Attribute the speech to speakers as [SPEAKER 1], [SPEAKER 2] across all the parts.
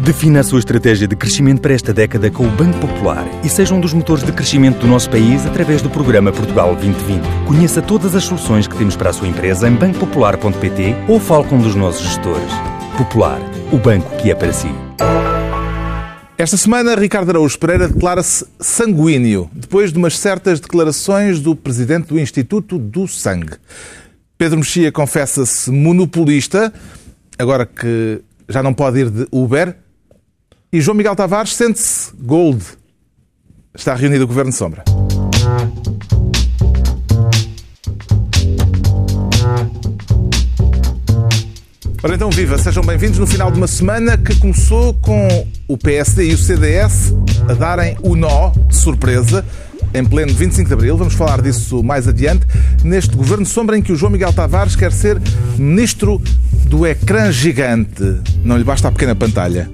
[SPEAKER 1] Defina a sua estratégia de crescimento para esta década com o Banco Popular e seja um dos motores de crescimento do nosso país através do programa Portugal 2020. Conheça todas as soluções que temos para a sua empresa em bancopopular.pt ou fale com um dos nossos gestores. Popular, o banco que é para si.
[SPEAKER 2] Esta semana, Ricardo Araújo Pereira declara-se sanguíneo, depois de umas certas declarações do presidente do Instituto do Sangue. Pedro Mexia confessa-se monopolista, agora que já não pode ir de Uber. E João Miguel Tavares sente-se gold. Está reunido o Governo de Sombra. Ora então, viva, sejam bem-vindos no final de uma semana que começou com o PSD e o CDS a darem o nó, de surpresa, em pleno 25 de Abril. Vamos falar disso mais adiante, neste governo de sombra em que o João Miguel Tavares quer ser ministro do ecrã gigante. Não lhe basta a pequena pantalha.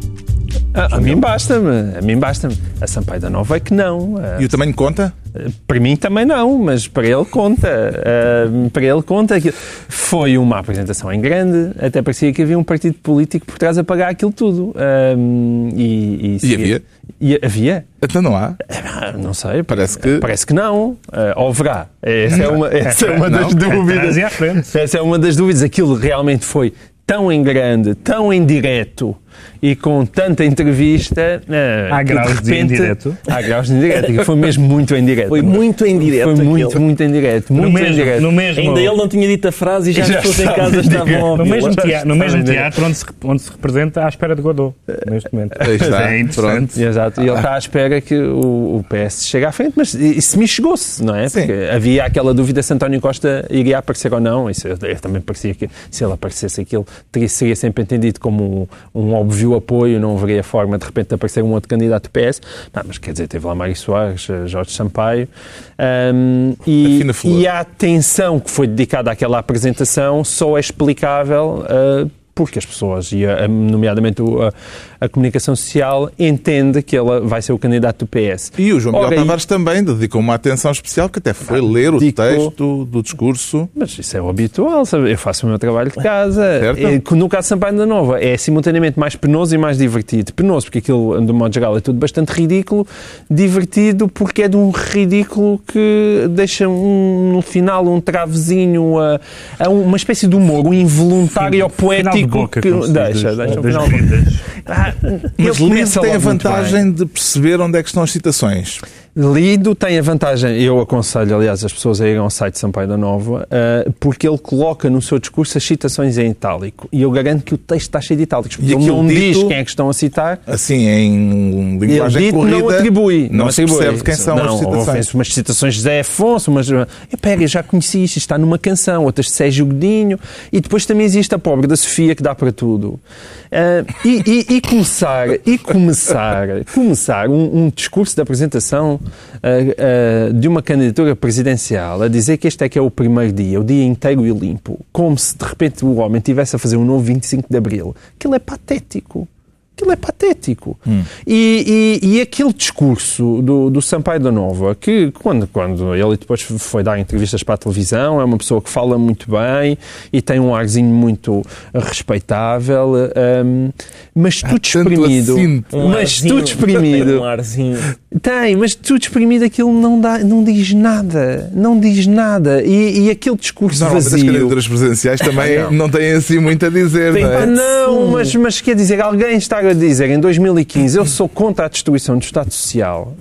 [SPEAKER 3] A, a mim basta-me, a mim basta-me. A Sampaio da Nova é que não. A-
[SPEAKER 2] E o tamanho conta?
[SPEAKER 3] Para mim também não, mas para ele conta. Ah, Para ele conta. aquilo. Foi uma apresentação em grande, até parecia que havia um partido político por trás a pagar aquilo tudo. Ah, E,
[SPEAKER 2] E havia?
[SPEAKER 3] E havia?
[SPEAKER 2] Então não há.
[SPEAKER 4] É,
[SPEAKER 3] Ah, Não sei.
[SPEAKER 2] Parece que-
[SPEAKER 3] Parece que não. Ah, Ou verá. Essa é uma, essa é uma
[SPEAKER 2] Não.
[SPEAKER 3] das dúvidas.
[SPEAKER 4] Trazem à frente.
[SPEAKER 3] Essa é uma das dúvidas. Aquilo realmente foi tão em grande, tão em direto e com tanta entrevista. eh,
[SPEAKER 4] Há
[SPEAKER 3] que
[SPEAKER 4] graus de
[SPEAKER 3] repente-
[SPEAKER 4] indireto?
[SPEAKER 3] Há graus de indireto. Aquilo Foi mesmo muito em direto.
[SPEAKER 5] Foi muito em direto.
[SPEAKER 3] Foi
[SPEAKER 5] aquilo.
[SPEAKER 3] muito, muito em direto. Muito
[SPEAKER 4] No
[SPEAKER 3] em
[SPEAKER 4] mesmo,
[SPEAKER 3] direto.
[SPEAKER 4] no mesmo,
[SPEAKER 5] Ainda ele não tinha dito a frase e já,
[SPEAKER 3] Já
[SPEAKER 5] as pessoas em
[SPEAKER 3] está
[SPEAKER 5] casa
[SPEAKER 3] em
[SPEAKER 5] estavam
[SPEAKER 3] direto.
[SPEAKER 5] a
[SPEAKER 4] no mesmo,
[SPEAKER 5] ouvi-la.
[SPEAKER 4] teatro, no mesmo
[SPEAKER 3] Está-
[SPEAKER 4] teatro onde se, onde se representa à espera de Godot, neste momento.
[SPEAKER 2] Aí está.
[SPEAKER 4] É interessante.
[SPEAKER 3] Exato, e ele está à espera que o, o PS chegue à frente, mas e- e se me chegou-se, não é?
[SPEAKER 2] Sim.
[SPEAKER 3] Porque havia aquela dúvida se António Costa iria aparecer ou não, isso eu, eu também parecia que se ele aparecesse aquilo teria, seria sempre entendido como um, um óbvio apoio, não haveria forma de repente de aparecer um outro candidato do PS, Não, mas quer dizer, teve lá Mário Soares, eh, Jorge Sampaio, hum,
[SPEAKER 2] A
[SPEAKER 3] e,
[SPEAKER 2] fina flor.
[SPEAKER 3] e a atenção que foi dedicada àquela apresentação só é explicável ah, porque as pessoas, e ah, nomeadamente o- a, a comunicação social, entende que ela vai ser o candidato do PS.
[SPEAKER 2] E o João Miguel
[SPEAKER 3] Ora, e-
[SPEAKER 2] Tavares também dedicou uma atenção especial, que até foi ler o
[SPEAKER 3] dedicou.
[SPEAKER 2] texto do discurso.
[SPEAKER 3] Mas isso é o habitual, sabe? eu faço o meu trabalho de casa.
[SPEAKER 2] Certo.
[SPEAKER 3] É, que no caso de Sampaio da Nova, é simultaneamente mais penoso e mais divertido. Penoso, porque aquilo, de modo geral, é tudo bastante ridículo. Divertido, porque é de um ridículo que deixa um, no final um travezinho a, a uma espécie de humor, um involuntário ou
[SPEAKER 4] Final de
[SPEAKER 3] poético.
[SPEAKER 4] boca,
[SPEAKER 3] que,
[SPEAKER 4] como se diz, é,
[SPEAKER 3] deixa,
[SPEAKER 4] das-
[SPEAKER 3] deixa um
[SPEAKER 4] das
[SPEAKER 3] final.
[SPEAKER 4] vidas.
[SPEAKER 3] Ah, ele
[SPEAKER 2] Mas Lido
[SPEAKER 3] começa
[SPEAKER 2] tem a
[SPEAKER 3] logo muito bem.
[SPEAKER 2] vantagem de perceber onde é que estão as citações.
[SPEAKER 3] Lido tem a vantagem, eu aconselho, aliás, as pessoas a irem ao site de Sampaio da Nova, ah, porque ele coloca no seu discurso as citações em itálico. E eu garanto que o texto está cheio de itálicos, porque ele
[SPEAKER 2] aquilo
[SPEAKER 3] não diz
[SPEAKER 2] dito-
[SPEAKER 3] quem é que estão a citar.
[SPEAKER 2] Assim, em linguagem
[SPEAKER 3] ele dito
[SPEAKER 2] corrida.
[SPEAKER 3] não atribui.
[SPEAKER 2] Não, se
[SPEAKER 3] atribui.
[SPEAKER 2] percebe de quem são
[SPEAKER 3] não,
[SPEAKER 2] as citações.
[SPEAKER 3] houve umas citações de Zé Afonso, umas. eh, Pega, eu já conheci isto, isto está numa canção, outras de Sérgio Godinho. E depois também existe a pobre da Sofia, que dá para tudo. Ah, e, e- e começar, e começar, começar um, um discurso de apresentação ah, ah, de uma candidatura presidencial a dizer que este é que é o primeiro dia, o dia inteiro e limpo, como se de repente o homem estivesse a fazer um novo 25 de Abril. Aquilo é patético. Aquilo é patético.
[SPEAKER 5] Hum.
[SPEAKER 3] E, e- e aquele discurso do, do Sampaio da Nova, que quando, quando ele depois foi dar entrevistas para a televisão, é uma pessoa que fala muito bem e tem um arzinho muito respeitável, hum, mas tudo exprimido.
[SPEAKER 2] assim.
[SPEAKER 3] Mas
[SPEAKER 5] Um arzinho,
[SPEAKER 3] tudo exprimido.
[SPEAKER 5] Um arzinho.
[SPEAKER 3] Tem, mas tu exprimido aquilo não, dá, não diz nada. Não diz nada. E, e aquele discurso
[SPEAKER 2] Normalmente as
[SPEAKER 3] vazio.
[SPEAKER 2] candidaturas presidenciais também não.
[SPEAKER 3] Não.
[SPEAKER 2] têm assim muito a dizer, não
[SPEAKER 3] Ah,
[SPEAKER 2] é?
[SPEAKER 3] não, mas, mas quer dizer, alguém está a dizer em 2015 eu sou contra a destruição do Estado Social.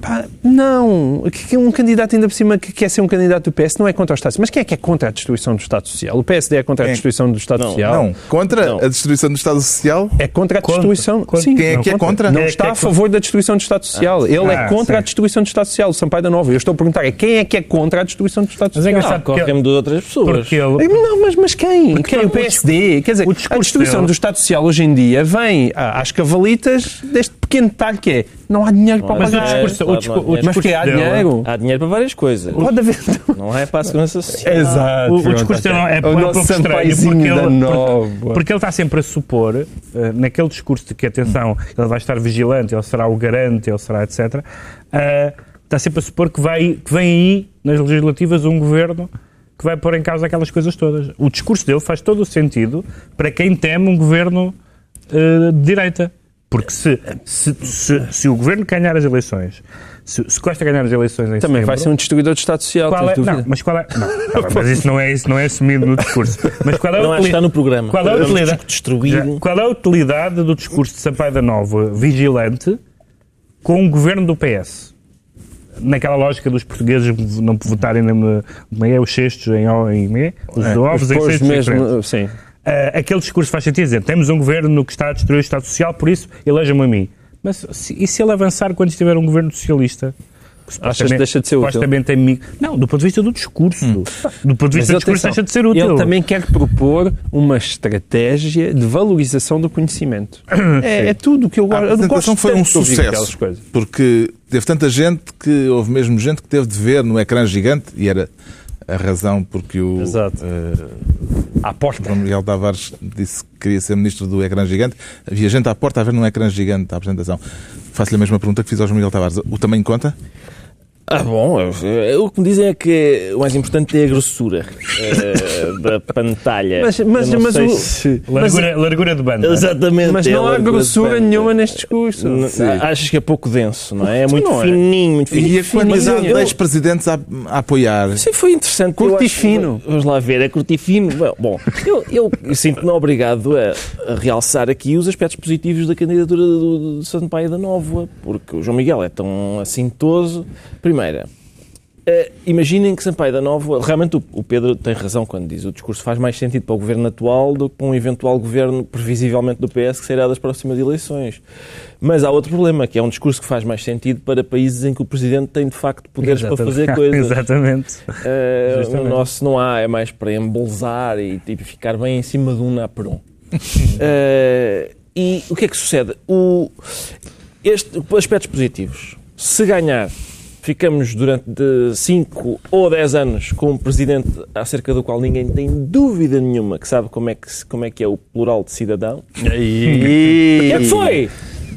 [SPEAKER 3] Pá, não. Que- que Um candidato ainda por cima que quer ser um candidato do PS não é contra o Estado Social. Mas quem é que é contra a destruição do Estado Social? O PSD é contra a
[SPEAKER 2] Quem?
[SPEAKER 3] destruição do Estado
[SPEAKER 5] Não,
[SPEAKER 3] Social?
[SPEAKER 2] Não. Contra
[SPEAKER 5] Não.
[SPEAKER 2] a destruição do Estado Social?
[SPEAKER 3] É contra a
[SPEAKER 4] Contra.
[SPEAKER 3] destruição.
[SPEAKER 4] Contra.
[SPEAKER 3] Sim,
[SPEAKER 2] Quem é que é contra?
[SPEAKER 3] Não
[SPEAKER 4] Quem é
[SPEAKER 3] está
[SPEAKER 4] que é
[SPEAKER 3] a
[SPEAKER 4] contra?
[SPEAKER 3] favor da destruição do Estado Social. Ele é
[SPEAKER 4] Ah,
[SPEAKER 3] contra
[SPEAKER 4] sim.
[SPEAKER 3] a destruição do Estado Social, o Sampaio da Nova. Eu estou a perguntar é quem é que é contra a destruição do Estado
[SPEAKER 4] Mas é
[SPEAKER 3] Social?
[SPEAKER 4] engraçado porque
[SPEAKER 5] Correm-me de outras pessoas.
[SPEAKER 4] Porque ele,
[SPEAKER 3] Não, mas, mas quem? quem?
[SPEAKER 4] o
[SPEAKER 3] O PSD? Quer dizer,
[SPEAKER 4] o
[SPEAKER 3] a
[SPEAKER 4] discurso
[SPEAKER 3] destruição
[SPEAKER 4] dele-
[SPEAKER 3] do Estado Social hoje em dia vem ah, às cavalitas deste pequeno detalhe que é não há dinheiro para
[SPEAKER 5] há
[SPEAKER 3] pagar.
[SPEAKER 4] mas o
[SPEAKER 5] dinheiro,
[SPEAKER 4] discurso,
[SPEAKER 5] claro,
[SPEAKER 4] o discu-
[SPEAKER 5] não
[SPEAKER 4] o
[SPEAKER 5] há dinheiro.
[SPEAKER 3] Mas
[SPEAKER 4] discurso
[SPEAKER 3] que há
[SPEAKER 4] dele- é.
[SPEAKER 3] dinheiro?
[SPEAKER 5] Há dinheiro para várias coisas.
[SPEAKER 3] Pode haver.
[SPEAKER 5] Não é para a segurança social.
[SPEAKER 3] Exato.
[SPEAKER 4] O, o discurso dele é, é,
[SPEAKER 3] o nosso
[SPEAKER 4] pouco estranho
[SPEAKER 3] Sampaiozinho
[SPEAKER 4] porque
[SPEAKER 3] da
[SPEAKER 4] ele, porque,
[SPEAKER 3] Nova.
[SPEAKER 4] porque ele está sempre a supor, eh, naquele discurso de que, atenção, ele vai estar vigilante, ele será o garante, ele será etc. eh, está sempre a supor que, vai, que vem aí, nas legislativas, um governo que vai pôr em causa aquelas coisas todas. O discurso dele faz todo o sentido para quem teme um governo eh, de direita. Porque se, se, se, se o governo ganhar as eleições, se, se Costa ganhar as eleições em
[SPEAKER 3] Também vai
[SPEAKER 4] setembro,
[SPEAKER 3] ser um destruidor do Estado Social,
[SPEAKER 4] qual
[SPEAKER 3] tens
[SPEAKER 4] é,
[SPEAKER 3] dúvida?
[SPEAKER 4] não, mas qual é, não, tá bem, mas isso não é, isso não é assumido no discurso. Mas qual é
[SPEAKER 5] Não
[SPEAKER 4] o
[SPEAKER 5] acho que está no programa.
[SPEAKER 4] Qual é a
[SPEAKER 5] Vamos
[SPEAKER 4] utilidade?
[SPEAKER 5] destruir.
[SPEAKER 4] Já, Qual é a utilidade do discurso de Sampaio da Nova vigilante com o governo do PS? Naquela lógica dos portugueses não votarem na me- é os cestos em O em me, É, os ovos em
[SPEAKER 3] Pois
[SPEAKER 4] cestos mesmo.
[SPEAKER 3] mesmo, sim.
[SPEAKER 4] Eh, aquele discurso faz sentido dizer temos um governo que está a destruir o Estado Social, por isso elejam-me a mim. Mas se- e se ele avançar quando estiver um governo socialista? Que
[SPEAKER 3] Achas que deixa de ser útil? Hum.
[SPEAKER 4] supostamente é mi- Não, do ponto de vista do discurso. Do ponto de
[SPEAKER 3] Mas
[SPEAKER 4] vista do
[SPEAKER 3] atenção,
[SPEAKER 4] discurso deixa de ser útil.
[SPEAKER 3] Ele também quer propor uma estratégia de valorização do conhecimento. É, é tudo o que eu
[SPEAKER 2] A
[SPEAKER 3] gosto. eu
[SPEAKER 2] apresentação
[SPEAKER 3] gosto
[SPEAKER 2] foi
[SPEAKER 3] tanto
[SPEAKER 2] um
[SPEAKER 3] de ouvir aquelas
[SPEAKER 2] sucesso,
[SPEAKER 3] coisas.
[SPEAKER 2] porque teve tanta gente que houve mesmo gente que teve de ver no ecrã gigante, e era a razão porque o
[SPEAKER 5] Exato.
[SPEAKER 2] eh, Bruno Miguel Tavares disse que queria ser ministro do ecrã gigante. Havia gente à porta a ver num ecrã gigante a apresentação. Faço-lhe a mesma pergunta que fiz ao João Miguel Tavares. O tamanho conta?
[SPEAKER 5] Ah, bom, eh, o que me dizem é que o mais importante é a grossura eh, da pantalha.
[SPEAKER 3] Mas- mas-
[SPEAKER 5] Eu não
[SPEAKER 3] mas
[SPEAKER 5] sei
[SPEAKER 3] o-
[SPEAKER 5] se-
[SPEAKER 4] Largura, largura de banda.
[SPEAKER 5] Exatamente.
[SPEAKER 3] Mas
[SPEAKER 5] é
[SPEAKER 3] não
[SPEAKER 5] a
[SPEAKER 3] há
[SPEAKER 5] largura
[SPEAKER 3] grossura
[SPEAKER 5] de banda.
[SPEAKER 3] nenhuma neste discurso.
[SPEAKER 5] N-
[SPEAKER 3] Sim.
[SPEAKER 5] Achas que é pouco denso, não é? É muito
[SPEAKER 3] não é.
[SPEAKER 5] fininho, muito fininho.
[SPEAKER 2] E a quantidade de
[SPEAKER 5] Mas eu-
[SPEAKER 2] 10 presidentes a, a apoiar.
[SPEAKER 5] Sim, foi interessante.
[SPEAKER 3] Curto
[SPEAKER 5] eu
[SPEAKER 3] e
[SPEAKER 5] acho-
[SPEAKER 3] fino.
[SPEAKER 5] Vamos lá ver, é curto e fino. Bom, Bom, eu, eu sinto-me obrigado a, a realçar aqui os aspectos positivos da candidatura do, do Sampaio da Nova, porque o João Miguel é tão assintoso. Primeira, eh, imaginem que Sampaio da Nova... Realmente o, o Pedro tem razão quando diz o discurso faz mais sentido para o governo atual do que para um eventual governo, previsivelmente, do PS, que sairá das próximas eleições. Mas há outro problema, que é um discurso que faz mais sentido para países em que o Presidente tem, de facto, poderes para fazer coisas.
[SPEAKER 4] Exatamente.
[SPEAKER 5] Eh,
[SPEAKER 4] Justamente.
[SPEAKER 5] o nosso não há, é mais para embolsar e tipo, ficar bem em cima de um naperon. Eh, e o que é que sucede? O, este, aspectos positivos. Se ganhar, ficamos durante 5 ou 10 anos com um presidente acerca do qual ninguém tem dúvida nenhuma que sabe como é que, se- como é, que é o plural de cidadão. E é que foi?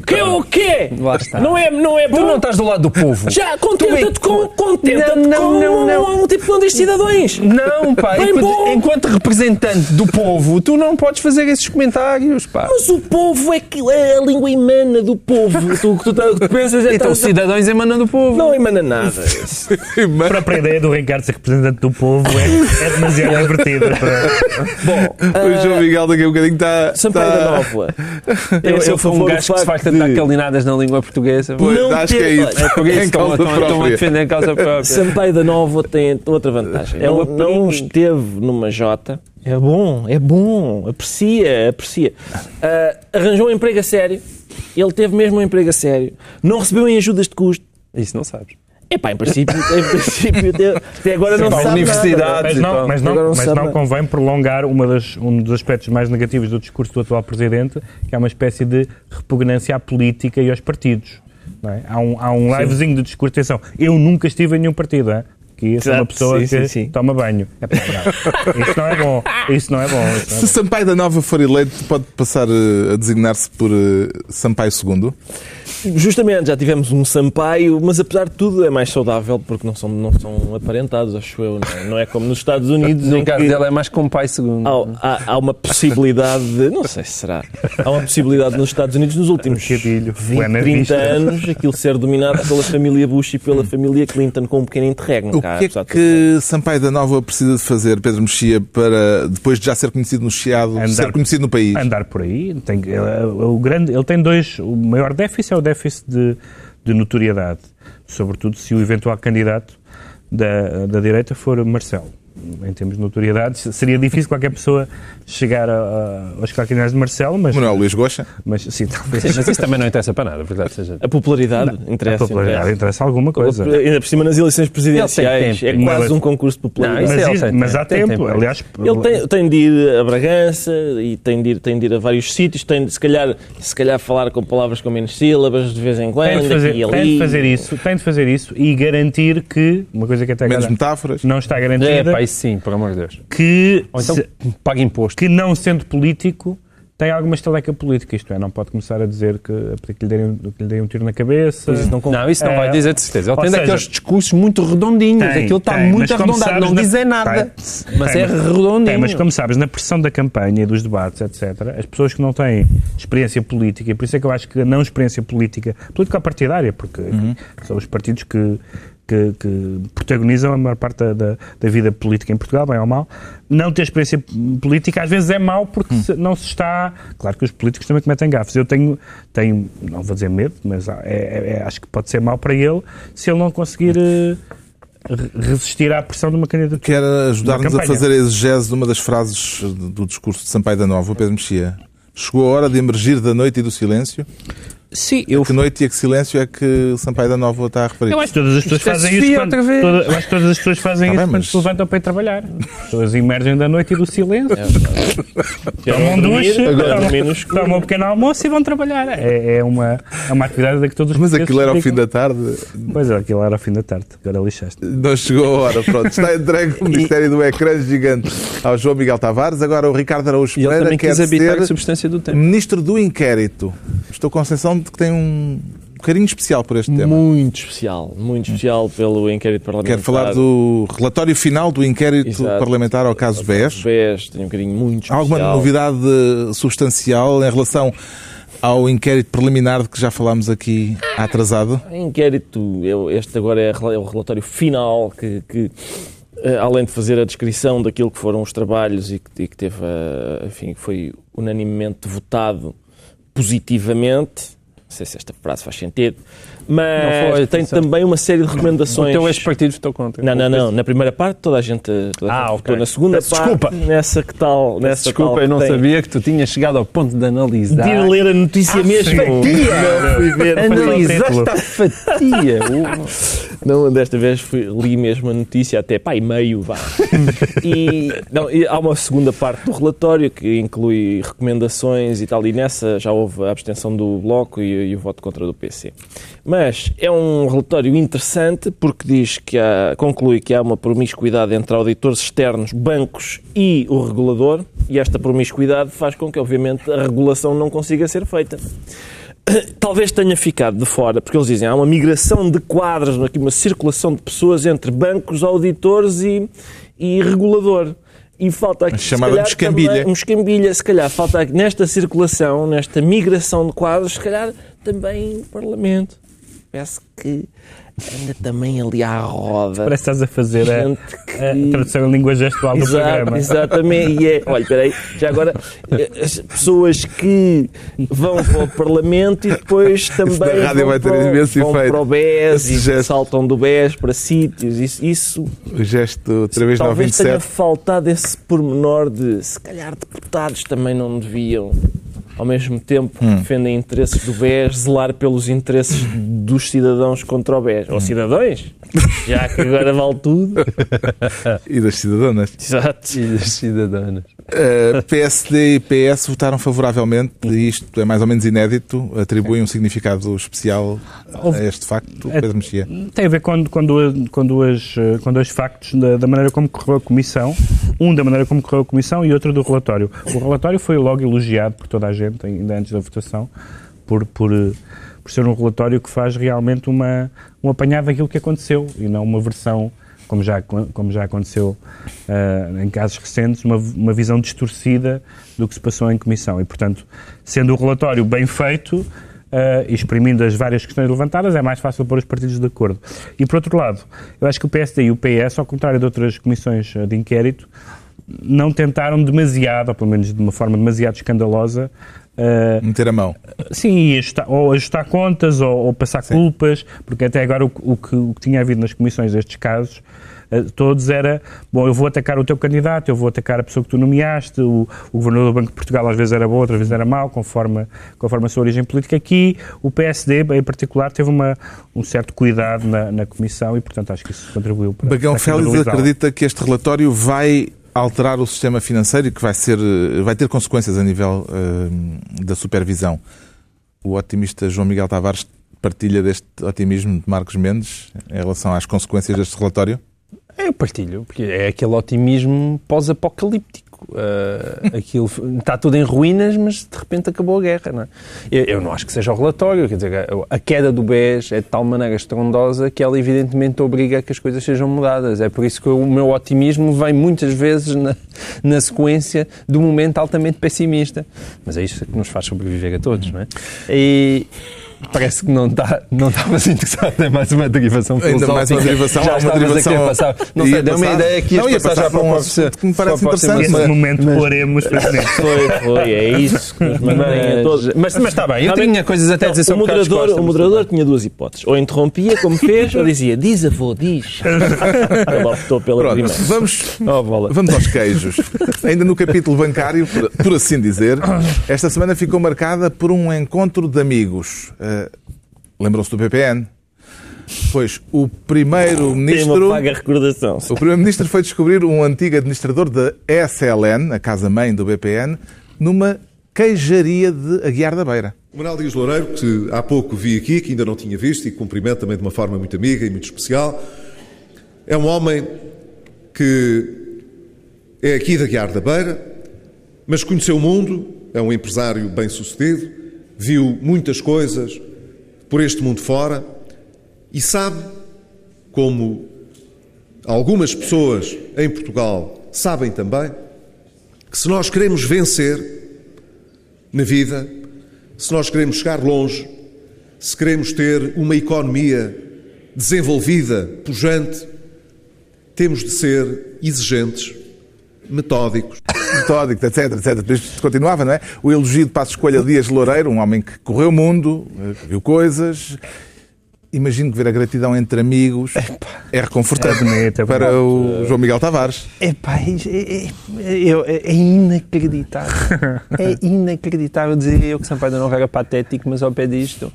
[SPEAKER 5] Que é o quê?
[SPEAKER 3] Lá está.
[SPEAKER 5] Não é, não é
[SPEAKER 3] Tu
[SPEAKER 5] bom?
[SPEAKER 3] não estás do lado do povo.
[SPEAKER 5] Já, contenta-te
[SPEAKER 3] Tu-
[SPEAKER 5] com, contenta
[SPEAKER 3] Não, não,
[SPEAKER 5] com
[SPEAKER 3] não,
[SPEAKER 5] um-
[SPEAKER 3] não.
[SPEAKER 5] um tipo que não diz cidadãos.
[SPEAKER 3] Não, pá.
[SPEAKER 5] Bem
[SPEAKER 3] Enquanto,
[SPEAKER 5] bom.
[SPEAKER 3] enquanto representante do povo, tu não podes fazer esses comentários, pá.
[SPEAKER 5] Mas o povo é, que, é a língua imana do povo. tu, o que tu, tá- o que tu pensas é
[SPEAKER 3] Então,
[SPEAKER 5] tão
[SPEAKER 3] os cidadãos emanando o povo.
[SPEAKER 5] Não emana nada.
[SPEAKER 4] A própria ideia do Ricardo ser representante do povo é, é demasiado divertida.
[SPEAKER 2] o João Miguel daqui a um bocadinho está.
[SPEAKER 5] Sampaio
[SPEAKER 2] está-
[SPEAKER 5] da Nova.
[SPEAKER 3] eu, eu,
[SPEAKER 5] Tá. sou a
[SPEAKER 3] sou um
[SPEAKER 5] favor do
[SPEAKER 3] gajo que se
[SPEAKER 5] facto
[SPEAKER 3] facto de... dá calinadas na língua portuguesa.
[SPEAKER 2] Pois,
[SPEAKER 5] Não
[SPEAKER 2] acho
[SPEAKER 5] ter-
[SPEAKER 2] que é isso.
[SPEAKER 3] É por isso que
[SPEAKER 2] Em
[SPEAKER 3] estão,
[SPEAKER 2] causa
[SPEAKER 3] estão- estão a
[SPEAKER 2] própria.
[SPEAKER 3] defender a causa própria.
[SPEAKER 5] Sampaio da Nova tem outra vantagem.
[SPEAKER 3] É o
[SPEAKER 5] Não, não
[SPEAKER 3] apelido.
[SPEAKER 5] esteve numa Jota. É bom, é bom. Aprecia, aprecia. Ah, arranjou um emprego a sério. Ele teve mesmo um emprego a sério. Não recebeu em ajudas de custo.
[SPEAKER 3] Isso não sabes.
[SPEAKER 5] Epá, em princípio, em princípio até, até agora não
[SPEAKER 3] Sim, pá,
[SPEAKER 5] sabe nada.
[SPEAKER 3] universidade.
[SPEAKER 4] Mas não, mas não,
[SPEAKER 5] Agora não
[SPEAKER 4] mas
[SPEAKER 5] sabe
[SPEAKER 4] não
[SPEAKER 5] nada.
[SPEAKER 4] convém prolongar uma das, um dos aspectos mais negativos do discurso do atual presidente, que é uma espécie de repugnância à política e aos partidos. não é? Há um, há um livezinho de discurso. Atenção, eu nunca estive em nenhum partido. É? Que isso é uma
[SPEAKER 5] Exato,
[SPEAKER 4] pessoa
[SPEAKER 5] Ah, sim,
[SPEAKER 4] que
[SPEAKER 5] sim, sim.
[SPEAKER 4] toma banho. É, pá, não. Isso não é bom. Isso não é bom. Isso não é
[SPEAKER 2] Se Sampaio da Nova for eleito, pode passar eh, a designar-se por eh, Sampaio II.
[SPEAKER 5] Justamente, já tivemos um Sampaio, mas apesar de tudo é mais saudável porque não são, não são aparentados, acho eu. Não é, não é como nos Estados Unidos
[SPEAKER 3] No
[SPEAKER 5] em que
[SPEAKER 3] caso dela é mais com pai segundo.
[SPEAKER 5] há, há- há uma possibilidade, de, não sei se será, há uma possibilidade nos Estados Unidos nos últimos
[SPEAKER 4] Trocadilho.
[SPEAKER 5] 20,
[SPEAKER 4] Buena
[SPEAKER 5] 30
[SPEAKER 4] vista.
[SPEAKER 5] anos aquilo ser dominado pela família Bush e pela família Clinton com um pequeno interregno.
[SPEAKER 2] O
[SPEAKER 5] cá,
[SPEAKER 2] que é
[SPEAKER 5] apesar de tudo.
[SPEAKER 2] que Sampaio da Nova precisa de fazer, Pedro Mexia, para depois de já ser conhecido no Chiado,
[SPEAKER 4] Andar.
[SPEAKER 2] ser conhecido no país?
[SPEAKER 4] andar por aí. Tem, que- ele, é o grande, ele tem dois. O maior déficit é o déficit de, de notoriedade, sobretudo se o eventual candidato da, da direita for Marcelo. Em termos de notoriedade, se- seria difícil qualquer pessoa chegar a- a- aos calcanhares de Marcelo, mas,
[SPEAKER 2] Manuel Luís Goxa.
[SPEAKER 4] mas sim, talvez.
[SPEAKER 3] Mas isso também não interessa para nada, verdade seja.
[SPEAKER 5] A popularidade interessa.
[SPEAKER 4] a popularidade interessa alguma coisa.
[SPEAKER 5] interessa. Ainda por cima nas eleições presidenciais
[SPEAKER 3] Ele tem
[SPEAKER 5] é
[SPEAKER 4] tempo.
[SPEAKER 5] quase
[SPEAKER 4] Não,
[SPEAKER 5] um concurso de popularidade.
[SPEAKER 3] Não, é
[SPEAKER 4] Mas,
[SPEAKER 3] Ele
[SPEAKER 4] isso-
[SPEAKER 3] tem
[SPEAKER 4] mas há
[SPEAKER 3] tempo, tem
[SPEAKER 4] tempo.
[SPEAKER 3] tempo.
[SPEAKER 4] Aliás,
[SPEAKER 5] Ele tem, tem de ir a Bragança e tem de ir, tem de ir a vários sítios, tem de se calhar, se calhar falar com palavras com menos sílabas de vez em quando,
[SPEAKER 4] tem de fazer,
[SPEAKER 5] aqui e ali.
[SPEAKER 4] tem de fazer isso, tem de fazer isso e garantir que uma coisa que até
[SPEAKER 2] Menos
[SPEAKER 4] agora
[SPEAKER 2] metáforas.
[SPEAKER 4] não está garantida,
[SPEAKER 3] É, pá, isso sim, por amor de Deus.
[SPEAKER 4] que
[SPEAKER 3] É, Ou então
[SPEAKER 4] se-
[SPEAKER 3] né? paga imposto.
[SPEAKER 4] que não sendo político tem alguma estaleca política, isto é, não pode começar a dizer que, a pedir que, lhe, deem, um- que lhe deem um tiro na cabeça.
[SPEAKER 3] Não, isso não
[SPEAKER 4] É,
[SPEAKER 3] vai dizer de certeza. Ele
[SPEAKER 4] ou
[SPEAKER 3] tem
[SPEAKER 4] seja,
[SPEAKER 3] daqueles discursos muito redondinhos.
[SPEAKER 4] tem,
[SPEAKER 3] Aquilo está
[SPEAKER 4] tem, mas
[SPEAKER 3] muito
[SPEAKER 4] como
[SPEAKER 3] arredondado.
[SPEAKER 4] sabes,
[SPEAKER 3] Não
[SPEAKER 4] na-
[SPEAKER 3] dizem nada.
[SPEAKER 4] tem,
[SPEAKER 3] mas
[SPEAKER 4] tem,
[SPEAKER 3] é redondinho.
[SPEAKER 4] Tem, mas como sabes, na pressão da campanha, e dos debates, etc., as pessoas que não têm experiência política, e por isso é que eu acho que a não experiência política, política partidária, porque
[SPEAKER 3] Uhum.
[SPEAKER 4] são os partidos que, que, que protagonizam a maior parte da, da, da vida política em Portugal, bem ou mal, não ter experiência política às vezes é mau porque
[SPEAKER 3] Hum.
[SPEAKER 4] se- não se está. Claro que os políticos também cometem gafes. Eu tenho, tenho não vou dizer medo, mas há- é- é- é- acho que pode ser mau para ele se ele não conseguir.
[SPEAKER 3] Hum.
[SPEAKER 4] eh, re- Resistir à pressão de uma candidatura.
[SPEAKER 2] Quer ajudar-nos
[SPEAKER 4] Uma
[SPEAKER 2] a
[SPEAKER 4] campanha.
[SPEAKER 2] fazer a exegese de uma das frases do discurso de Sampaio da Nova, Pedro Mexia. Chegou a hora de emergir da noite e do silêncio.
[SPEAKER 4] Sim, eu
[SPEAKER 2] Que noite e a que silêncio é que Sampaio da Nova está a referir?
[SPEAKER 4] Eu acho que todas as pessoas
[SPEAKER 3] Isto é
[SPEAKER 4] fazem
[SPEAKER 3] Sofia
[SPEAKER 4] isso.
[SPEAKER 3] outra
[SPEAKER 4] Quando,
[SPEAKER 3] vez.
[SPEAKER 4] toda- eu acho que todas as pessoas fazem
[SPEAKER 2] Tá
[SPEAKER 4] isso
[SPEAKER 2] bem,
[SPEAKER 4] quando
[SPEAKER 2] mas-
[SPEAKER 4] se levantam para ir trabalhar. As pessoas emergem da noite e do silêncio, tomam um
[SPEAKER 5] dormir,
[SPEAKER 4] duche,
[SPEAKER 5] agora
[SPEAKER 4] tomam,
[SPEAKER 5] dormir no escuro.
[SPEAKER 4] tomam um pequeno almoço e vão trabalhar. É, é uma, é uma atividade da que todos os
[SPEAKER 2] Mas
[SPEAKER 4] portugueses
[SPEAKER 2] aquilo era ao fim
[SPEAKER 4] ficam.
[SPEAKER 2] da tarde.
[SPEAKER 4] Pois é, aquilo era ao fim da tarde. Agora lixaste.
[SPEAKER 2] Não chegou a hora, pronto. Está entregue o Ministério do Ecrã Gigante ao João Miguel Tavares. Agora o Ricardo Araújo
[SPEAKER 3] E ele
[SPEAKER 2] Pereira
[SPEAKER 3] também
[SPEAKER 2] quer
[SPEAKER 3] quis habitar a
[SPEAKER 2] ser
[SPEAKER 3] substância do tempo.
[SPEAKER 2] Ministro do Inquérito. Estou com a sensação de que tem um carinho especial por este tema.
[SPEAKER 5] Muito especial, muito especial pelo inquérito parlamentar.
[SPEAKER 2] Quero falar do relatório final do inquérito
[SPEAKER 5] Exato.
[SPEAKER 2] parlamentar ao caso BES.
[SPEAKER 5] BES, tenho um carinho muito
[SPEAKER 2] Há
[SPEAKER 5] especial.
[SPEAKER 2] alguma novidade substancial em relação ao inquérito preliminar de que já falámos aqui atrasado?
[SPEAKER 5] Inquérito, eu- este agora é rela- é o relatório final que, que, eh, além de fazer a descrição daquilo que foram os trabalhos e que, e que teve, eh, enfim, que foi unanimemente votado positivamente. Não sei se esta frase faz sentido, mas
[SPEAKER 3] Não foi,
[SPEAKER 5] tem
[SPEAKER 3] atenção. Então é
[SPEAKER 5] também uma série de
[SPEAKER 3] O
[SPEAKER 5] recomendações.
[SPEAKER 3] teu ex-partido votou contra.
[SPEAKER 5] Não, não, não. Na primeira parte toda a gente, toda a
[SPEAKER 3] Ah,
[SPEAKER 5] gente
[SPEAKER 3] ok.
[SPEAKER 5] votou. Na segunda
[SPEAKER 3] Peço
[SPEAKER 5] parte,
[SPEAKER 3] desculpa.
[SPEAKER 5] nessa que tal, nessa
[SPEAKER 3] Desculpa,
[SPEAKER 5] tal
[SPEAKER 3] eu não
[SPEAKER 5] que tem-
[SPEAKER 3] sabia que tu tinhas chegado ao ponto de analisar.
[SPEAKER 5] De ir ler a notícia mesmo. Não fui ver.
[SPEAKER 3] Analisaste a fatia.
[SPEAKER 5] Não, desta vez fui, li mesmo a notícia até pá, e meio, vá. e, não, e há uma segunda parte do relatório que inclui recomendações e tal, e nessa já houve a abstenção do Bloco e, e o voto contra do PC. Mas é um relatório interessante porque diz que há, conclui que há uma promiscuidade entre auditores externos, bancos e o regulador, e esta promiscuidade faz com que, obviamente, a regulação não consiga ser feita talvez tenha ficado de fora, porque eles dizem há uma migração de quadros, aqui uma circulação de pessoas entre bancos, auditores e, e regulador. E falta aqui. se
[SPEAKER 2] chamada
[SPEAKER 5] calhar,
[SPEAKER 2] moscambilha.
[SPEAKER 5] também- Um escambilha, se calhar. Falta aqui, nesta circulação, nesta migração de quadros, se calhar também Parlamento. Parece que anda também ali à roda.
[SPEAKER 4] Parece que estás a fazer a,
[SPEAKER 5] Gente que-
[SPEAKER 4] a tradução em língua gestual do
[SPEAKER 5] Exato,
[SPEAKER 4] programa.
[SPEAKER 5] exatamente. E é, olha, peraí, já agora, eh, as pessoas que vão para o Parlamento e depois também
[SPEAKER 2] da rádio
[SPEAKER 5] vão,
[SPEAKER 2] vai ter
[SPEAKER 5] para, o-
[SPEAKER 2] imenso
[SPEAKER 5] vão
[SPEAKER 2] efeito.
[SPEAKER 5] para o BES
[SPEAKER 2] Esse
[SPEAKER 5] e
[SPEAKER 2] gesto.
[SPEAKER 5] saltam do BES para sítios. Isso, isso
[SPEAKER 2] O gesto, outra vez,
[SPEAKER 5] talvez tenha
[SPEAKER 2] 927.
[SPEAKER 5] faltado esse pormenor de se calhar deputados também não deviam. Ao mesmo tempo que
[SPEAKER 2] Hum.
[SPEAKER 5] defendem interesses do BES, zelar pelos interesses dos cidadãos contra o BES.
[SPEAKER 2] Hum.
[SPEAKER 5] Ou cidadãos, já que agora vale tudo.
[SPEAKER 2] E das cidadãs.
[SPEAKER 5] Exato.
[SPEAKER 3] das cidadanas.
[SPEAKER 2] Uh, PSD e PS votaram favoravelmente e isto é mais ou menos inédito. Atribuem um significado especial a
[SPEAKER 4] Houve-
[SPEAKER 2] este facto. Pedro Mexia.
[SPEAKER 4] Tem a ver com, com, duas, com, duas, eh, com dois factos da, da maneira como correu a comissão. Um da maneira como correu a comissão e outro do relatório. O relatório foi logo elogiado por toda a gente, ainda antes da votação, por, por, eh, por ser um relatório que faz realmente uma, um apanhado daquilo que aconteceu e não uma versão, como já, como já aconteceu eh, em casos recentes, uma, uma visão distorcida do que se passou em comissão. E, portanto, sendo o relatório bem feito, eh, e exprimindo as várias questões levantadas, é mais fácil pôr os partidos de acordo. E por outro lado, eu acho que o PSD e o PS, ao contrário de outras comissões eh, de inquérito, não tentaram demasiado, ou pelo menos de uma forma demasiado escandalosa, eh,
[SPEAKER 2] Meter a mão.
[SPEAKER 4] Sim, e ajustar, ou ajustar contas ou, ou passar culpas, porque até agora o, que- o que, o que tinha havido nas comissões destes casos, eh, todos era, bom, eu vou atacar o teu candidato, eu vou atacar a pessoa que tu nomeaste, o, o governador do Banco de Portugal às vezes era bom, outras vezes era mau, conforme, conforme a sua origem política. Aqui, o PSD, em particular, teve uma, um certo cuidado na, na comissão e, portanto, acho que isso contribuiu para...
[SPEAKER 2] Bagão
[SPEAKER 4] para
[SPEAKER 2] Félix
[SPEAKER 4] credibilizá-la.
[SPEAKER 2] acredita que este relatório vai alterar o sistema financeiro e que vai, ser, eh, vai ter consequências a nível eh, da supervisão. O otimista João Miguel Tavares partilha deste otimismo de Marcos Mendes em relação às consequências deste relatório?
[SPEAKER 3] Eu partilho, porque é aquele otimismo pós-apocalíptico. México, eh, aquilo f- está tudo em ruínas, mas de repente acabou a guerra. Não é? eu, eu não acho que seja o relatório, quer dizer, a, a queda do BES é de tal maneira estrondosa que ela evidentemente obriga a que as coisas sejam mudadas. É por isso que o meu otimismo vem muitas vezes na, na sequência do momento altamente pessimista. Mas é isto que nos faz sobreviver a todos, não é? E... Parece que não, está, não estavas interessado em mais uma derivação
[SPEAKER 2] Ainda mais uma
[SPEAKER 3] filosófica.
[SPEAKER 2] derivação,
[SPEAKER 3] Já
[SPEAKER 2] há uma
[SPEAKER 3] estavas a
[SPEAKER 2] derivação-
[SPEAKER 3] querer passar. Não
[SPEAKER 2] Ia
[SPEAKER 3] sei, deu uma
[SPEAKER 2] passar-
[SPEAKER 3] ideia que ias
[SPEAKER 2] Não, ia
[SPEAKER 3] passar,
[SPEAKER 2] passar
[SPEAKER 3] já para
[SPEAKER 2] para um
[SPEAKER 3] uma
[SPEAKER 2] assunto que me parece interessante,
[SPEAKER 4] Esse
[SPEAKER 2] Mas-
[SPEAKER 4] momento poremos para frente.
[SPEAKER 5] Foi, foi, é isso que nos mantém a todos.
[SPEAKER 3] Mas, mas, mas está bem, eu
[SPEAKER 5] Está bem?
[SPEAKER 3] tinha coisas até a dizer
[SPEAKER 5] Não, o
[SPEAKER 3] sobre Carlos
[SPEAKER 5] moderador,
[SPEAKER 3] Costa,
[SPEAKER 5] o
[SPEAKER 3] mas-
[SPEAKER 5] moderador tinha duas hipóteses. Ou interrompia, como fez, ou dizia, diz avô, diz. Ele optou pela
[SPEAKER 2] Pronto,
[SPEAKER 5] primeira.
[SPEAKER 2] vamos,
[SPEAKER 3] Oh, bola.
[SPEAKER 2] Vamos aos queijos. Ainda no capítulo bancário, por, por assim dizer, esta semana ficou marcada por um encontro de amigos. Eh, Lembram-se do PPN? Pois o
[SPEAKER 5] Tem uma
[SPEAKER 2] primeiro-ministro.
[SPEAKER 5] vaga recordação.
[SPEAKER 2] O primeiro-ministro foi descobrir um antigo administrador da SLN, a casa-mãe do BPN, numa queijaria de Aguiar da Beira.
[SPEAKER 6] O Manuel Dias Loureiro, que há pouco vi aqui, que ainda não tinha visto, e cumprimento também de uma forma muito amiga e muito especial, é um homem que é aqui da Guiar da Beira, mas conheceu o mundo, é um empresário bem-sucedido, viu muitas coisas por este mundo fora e sabe como algumas pessoas em Portugal sabem também que se nós queremos vencer na vida, se nós queremos chegar longe, se queremos ter uma economia desenvolvida, pujante, temos de ser exigentes, metódicos.
[SPEAKER 2] metódico, etc, etc. Isto continuava, não é? O elogio de Passo Escolha Dias Loureiro, um homem que correu o mundo, eh, que viu coisas. Imagino que ver a gratidão entre amigos é reconfortante
[SPEAKER 4] É bonito, é
[SPEAKER 2] para o João Miguel Tavares.
[SPEAKER 3] Epá, é, é, é- eu- é- é inacreditável. É inacreditável. Dizia eu que um Sampaio da Nova era patético, mas ao pé disto.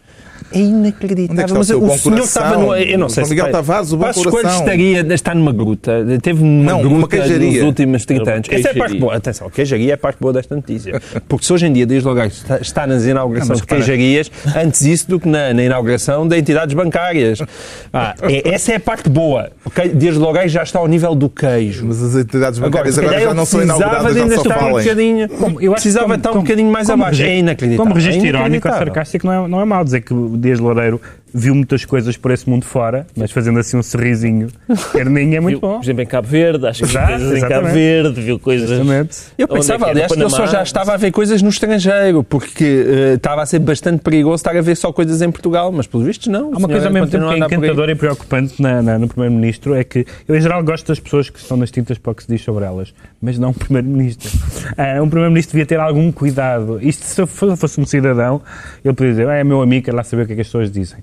[SPEAKER 3] É inacreditável.
[SPEAKER 2] Onde é que está o
[SPEAKER 3] mas
[SPEAKER 2] seu bom
[SPEAKER 3] senhor
[SPEAKER 2] coração?
[SPEAKER 3] estava no. Eu não
[SPEAKER 2] O
[SPEAKER 3] sei
[SPEAKER 2] João Miguel
[SPEAKER 3] está-
[SPEAKER 2] Tavares, o bom
[SPEAKER 3] Passos
[SPEAKER 2] coração.
[SPEAKER 3] Coelho estaria, está numa gruta. Teve numa
[SPEAKER 2] Não, numa
[SPEAKER 3] gruta
[SPEAKER 2] queijaria.
[SPEAKER 3] nos últimos 30
[SPEAKER 5] Uma
[SPEAKER 3] anos. Essa é a parte
[SPEAKER 5] queijaria.
[SPEAKER 3] boa. Atenção, queijaria é a parte boa desta notícia. Porque se hoje em dia, desde logo, está, está nas inaugurações de queijarias, antes isso do que na, na inauguração de entidades bancárias. Ah, é- essa é a parte boa. ok? Desde logo já está ao nível do queijo.
[SPEAKER 2] Mas as entidades
[SPEAKER 3] Agora,
[SPEAKER 2] bancárias
[SPEAKER 3] se
[SPEAKER 2] agora,
[SPEAKER 3] calhar
[SPEAKER 2] já
[SPEAKER 3] ele
[SPEAKER 2] não são
[SPEAKER 3] precisava
[SPEAKER 2] inauguradas,
[SPEAKER 3] de
[SPEAKER 2] já
[SPEAKER 3] ainda
[SPEAKER 2] só
[SPEAKER 3] estar um
[SPEAKER 2] falem.
[SPEAKER 3] bocadinho.
[SPEAKER 4] Como- eu acho que
[SPEAKER 3] precisava
[SPEAKER 4] como-
[SPEAKER 3] estar um
[SPEAKER 4] como-
[SPEAKER 3] bocadinho mais
[SPEAKER 4] como
[SPEAKER 3] abaixo.
[SPEAKER 4] regi-
[SPEAKER 3] É inacreditável.
[SPEAKER 4] Como registro
[SPEAKER 3] é
[SPEAKER 4] irónico ou
[SPEAKER 3] inacreditável.
[SPEAKER 4] sarcástico não é, não é mau dizer que o Dias Loureiro viu muitas coisas por esse mundo fora, mas fazendo assim um sorrisinho perninho é muito
[SPEAKER 5] Viu,
[SPEAKER 4] bom.
[SPEAKER 5] por exemplo, em Cabo Verde, acho que viu
[SPEAKER 4] Exato,
[SPEAKER 5] coisas em Cabo
[SPEAKER 4] exatamente.
[SPEAKER 5] Verde, viu coisas.
[SPEAKER 4] Exatamente.
[SPEAKER 3] Eu
[SPEAKER 5] Onde é
[SPEAKER 3] pensava,
[SPEAKER 5] que era?
[SPEAKER 3] aliás, que ele só
[SPEAKER 5] Panamá?
[SPEAKER 3] já estava a ver coisas no estrangeiro, porque eh, estava a ser bastante perigoso estar a ver só coisas em Portugal, mas pelos vistos não.
[SPEAKER 4] Há uma coisa ao mesmo tempo que é encantadora e preocupante na- na- no Primeiro-Ministro é que eu, em geral, gosto das pessoas que são nas tintas para o que se diz sobre elas, mas não um Primeiro-Ministro. Ah, um Primeiro-Ministro devia ter algum cuidado. Isto, se eu fo- fosse um cidadão, ele podia dizer, ah, é meu amigo, quero lá saber o que é que as pessoas dizem.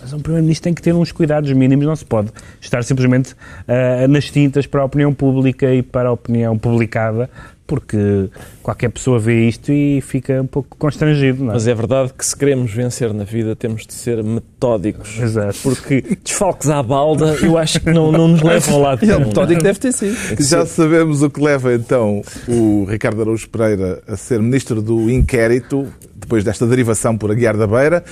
[SPEAKER 4] Mas um Primeiro-Ministro tem que ter uns cuidados mínimos, não se pode estar simplesmente ah, nas tintas para a opinião pública e para a opinião publicada, porque qualquer pessoa vê isto e fica um pouco constrangido, não é?
[SPEAKER 5] Mas é verdade que se queremos vencer na vida temos de ser metódicos.
[SPEAKER 4] Exato.
[SPEAKER 5] Porque desfalques à balda, eu acho que não, não é? nos levam lá
[SPEAKER 2] é
[SPEAKER 5] de
[SPEAKER 3] E ele metódico deve ter sido.
[SPEAKER 2] Já sabemos o É que leva então o Ricardo Araújo Pereira a ser ministro do inquérito, depois desta derivação por Aguiar da Beira,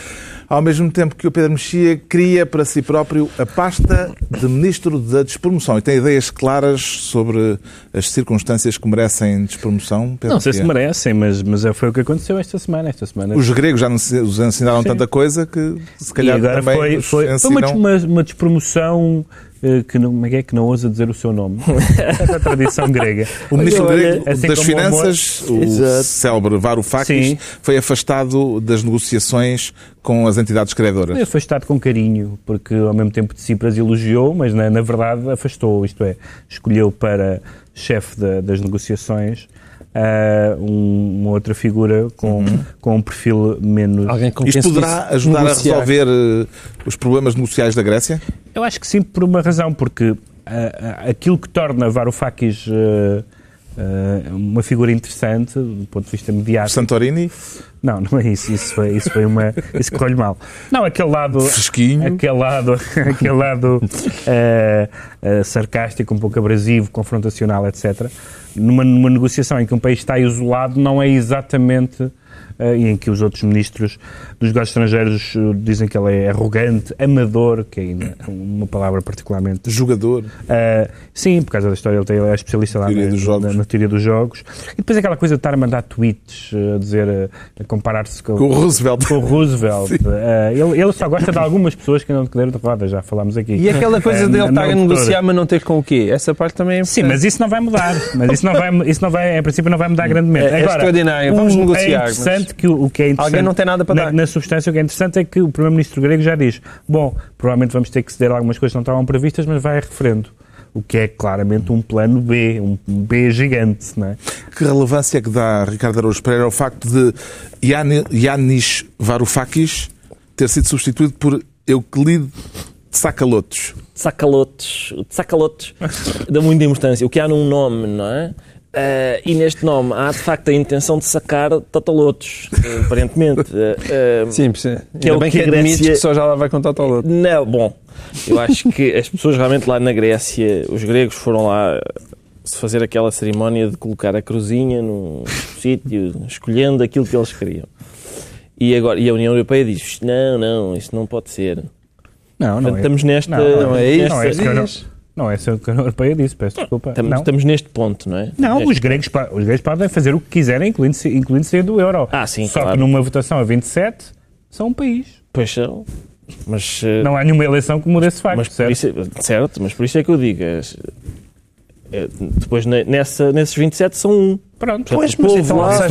[SPEAKER 2] ao mesmo tempo que o Pedro Mexia cria para si próprio a pasta de ministro da despromoção e tem ideias claras sobre as circunstâncias que merecem despromoção. Pedro
[SPEAKER 4] Não sei se
[SPEAKER 2] Mexia?
[SPEAKER 4] merecem, mas, mas é, foi o que aconteceu esta semana. Esta semana
[SPEAKER 2] Os gregos já nos nos ensinaram tanta coisa que se
[SPEAKER 4] e
[SPEAKER 2] calhar
[SPEAKER 4] agora
[SPEAKER 2] também
[SPEAKER 4] foi,
[SPEAKER 2] nos
[SPEAKER 4] foi, foi uma,
[SPEAKER 2] ensinam...
[SPEAKER 4] uma, uma despromoção eh, que não, como é que é que não ousa dizer o seu nome. Essa é tradição grega.
[SPEAKER 2] O ministro
[SPEAKER 4] Olha,
[SPEAKER 2] grego
[SPEAKER 4] assim
[SPEAKER 2] das
[SPEAKER 4] como o amor-
[SPEAKER 2] Finanças, o
[SPEAKER 5] Exato.
[SPEAKER 2] célebre Varoufakis,
[SPEAKER 4] Sim.
[SPEAKER 2] foi afastado das negociações com as entidades credoras.
[SPEAKER 4] Ele foi estado com carinho, porque ao mesmo tempo de Tsipras elogiou, mas na, na verdade afastou, isto é, escolheu para chefe da- das negociações ah, um- uma outra figura com,
[SPEAKER 2] Uhum.
[SPEAKER 4] com um perfil menos...
[SPEAKER 3] Alguém com
[SPEAKER 2] Isto
[SPEAKER 3] quem se
[SPEAKER 2] poderá
[SPEAKER 3] disse
[SPEAKER 2] ajudar
[SPEAKER 3] negociar.
[SPEAKER 2] a resolver eh, os problemas negociais da Grécia?
[SPEAKER 4] Eu acho que sim, por uma razão, porque ah, ah, aquilo que torna Varoufakis ah, ah, uma figura interessante, do ponto de vista mediático...
[SPEAKER 2] Santorini,
[SPEAKER 4] Não, não é isso. Isso foi, isso foi uma. Isso correu mal. Não, aquele lado.
[SPEAKER 2] fresquinho,
[SPEAKER 4] Aquele lado, aquele lado eh, eh, sarcástico, um pouco abrasivo, confrontacional, etc. Numa, numa negociação em que um país está isolado, não é exatamente eh, e em que os outros ministros dos negócios estrangeiros eh, dizem que ele é arrogante, amador, que ainda é uma palavra particularmente
[SPEAKER 2] Jogador.
[SPEAKER 4] Uh, sim, por causa da história, ele tem- ele é especialista lá
[SPEAKER 2] Teoria
[SPEAKER 4] na,
[SPEAKER 2] dos jogos.
[SPEAKER 4] na- na teoria dos jogos. E depois aquela coisa de estar a mandar tweets, uh, a dizer, uh, a comparar-se com,
[SPEAKER 2] Com o Roosevelt.
[SPEAKER 4] com o Roosevelt. Uh, ele, ele só gosta de algumas pessoas que andam de cadeira de rodas, já falámos aqui.
[SPEAKER 3] E aquela coisa
[SPEAKER 4] Uh,
[SPEAKER 3] dele
[SPEAKER 4] na-
[SPEAKER 3] estar
[SPEAKER 4] na
[SPEAKER 3] a
[SPEAKER 4] doutora.
[SPEAKER 3] negociar, mas não ter com o quê? Essa parte também é
[SPEAKER 4] Sim, mas isso não vai mudar. Mas isso não vai, isso não vai em princípio, não vai mudar grandemente.
[SPEAKER 3] É- é extraordinário.
[SPEAKER 4] o-
[SPEAKER 3] Vamos
[SPEAKER 4] É
[SPEAKER 3] negociar, mas-
[SPEAKER 4] interessante que o, o que é interessante.
[SPEAKER 3] Alguém não tem nada para
[SPEAKER 4] na,
[SPEAKER 3] dar.
[SPEAKER 4] Na substância, o que é interessante é que o primeiro-ministro grego já diz: bom, provavelmente vamos ter que ceder a algumas coisas que não estavam previstas, mas vai a referendo. O que é claramente um plano B, um B gigante, não é?
[SPEAKER 2] Que relevância é que dá Ricardo Araújo Pereira ao facto de Yanni- Yannis Varoufakis ter sido substituído por Euclide Tsakalotos?
[SPEAKER 5] Sacalotes, sacalotes, dá muita importância. O que há num nome, não é? Eh, e neste nome há de facto a intenção de sacar totalotos, eh, aparentemente. Eh, eh,
[SPEAKER 3] Sim, precisa.
[SPEAKER 5] Que é
[SPEAKER 3] Ainda
[SPEAKER 5] o
[SPEAKER 3] bem
[SPEAKER 5] que
[SPEAKER 3] que
[SPEAKER 5] a
[SPEAKER 3] admites
[SPEAKER 5] Grécia-
[SPEAKER 3] que só já lá vai contar ao outro.
[SPEAKER 5] Não, bom, eu acho que as pessoas realmente lá na Grécia, os gregos foram lá eh, se fazer aquela cerimónia de colocar a cruzinha no sítio, escolhendo aquilo que eles queriam. E, agora, e a União Europeia diz: não, não, isso não pode ser.
[SPEAKER 4] Não, é
[SPEAKER 5] Portanto, estamos nesta.
[SPEAKER 4] Não, é isso. Não é
[SPEAKER 5] nesta-
[SPEAKER 4] isso que a União- não é isso que a União Europeia disse, peço desculpa.
[SPEAKER 5] Estamos,
[SPEAKER 4] não.
[SPEAKER 5] estamos neste ponto, não é?
[SPEAKER 4] Não,
[SPEAKER 5] Neste-
[SPEAKER 4] os gregos, pa- os gregos podem fazer o que quiserem, incluindo, se- incluindo sair do euro.
[SPEAKER 5] Ah, sim,
[SPEAKER 4] Só
[SPEAKER 5] claro.
[SPEAKER 4] que numa votação a 27, são um país.
[SPEAKER 5] Pois são. Mas, eh,
[SPEAKER 4] Não há nenhuma eleição que mude esse facto,
[SPEAKER 5] mas
[SPEAKER 4] certo?
[SPEAKER 5] Por isso, é- certo, mas por isso é que eu digo. as- eh, depois ne- nessa, nesses 27 são um.
[SPEAKER 4] Pronto,
[SPEAKER 5] Pois, mas então, ou seja,
[SPEAKER 4] mas,
[SPEAKER 5] faz-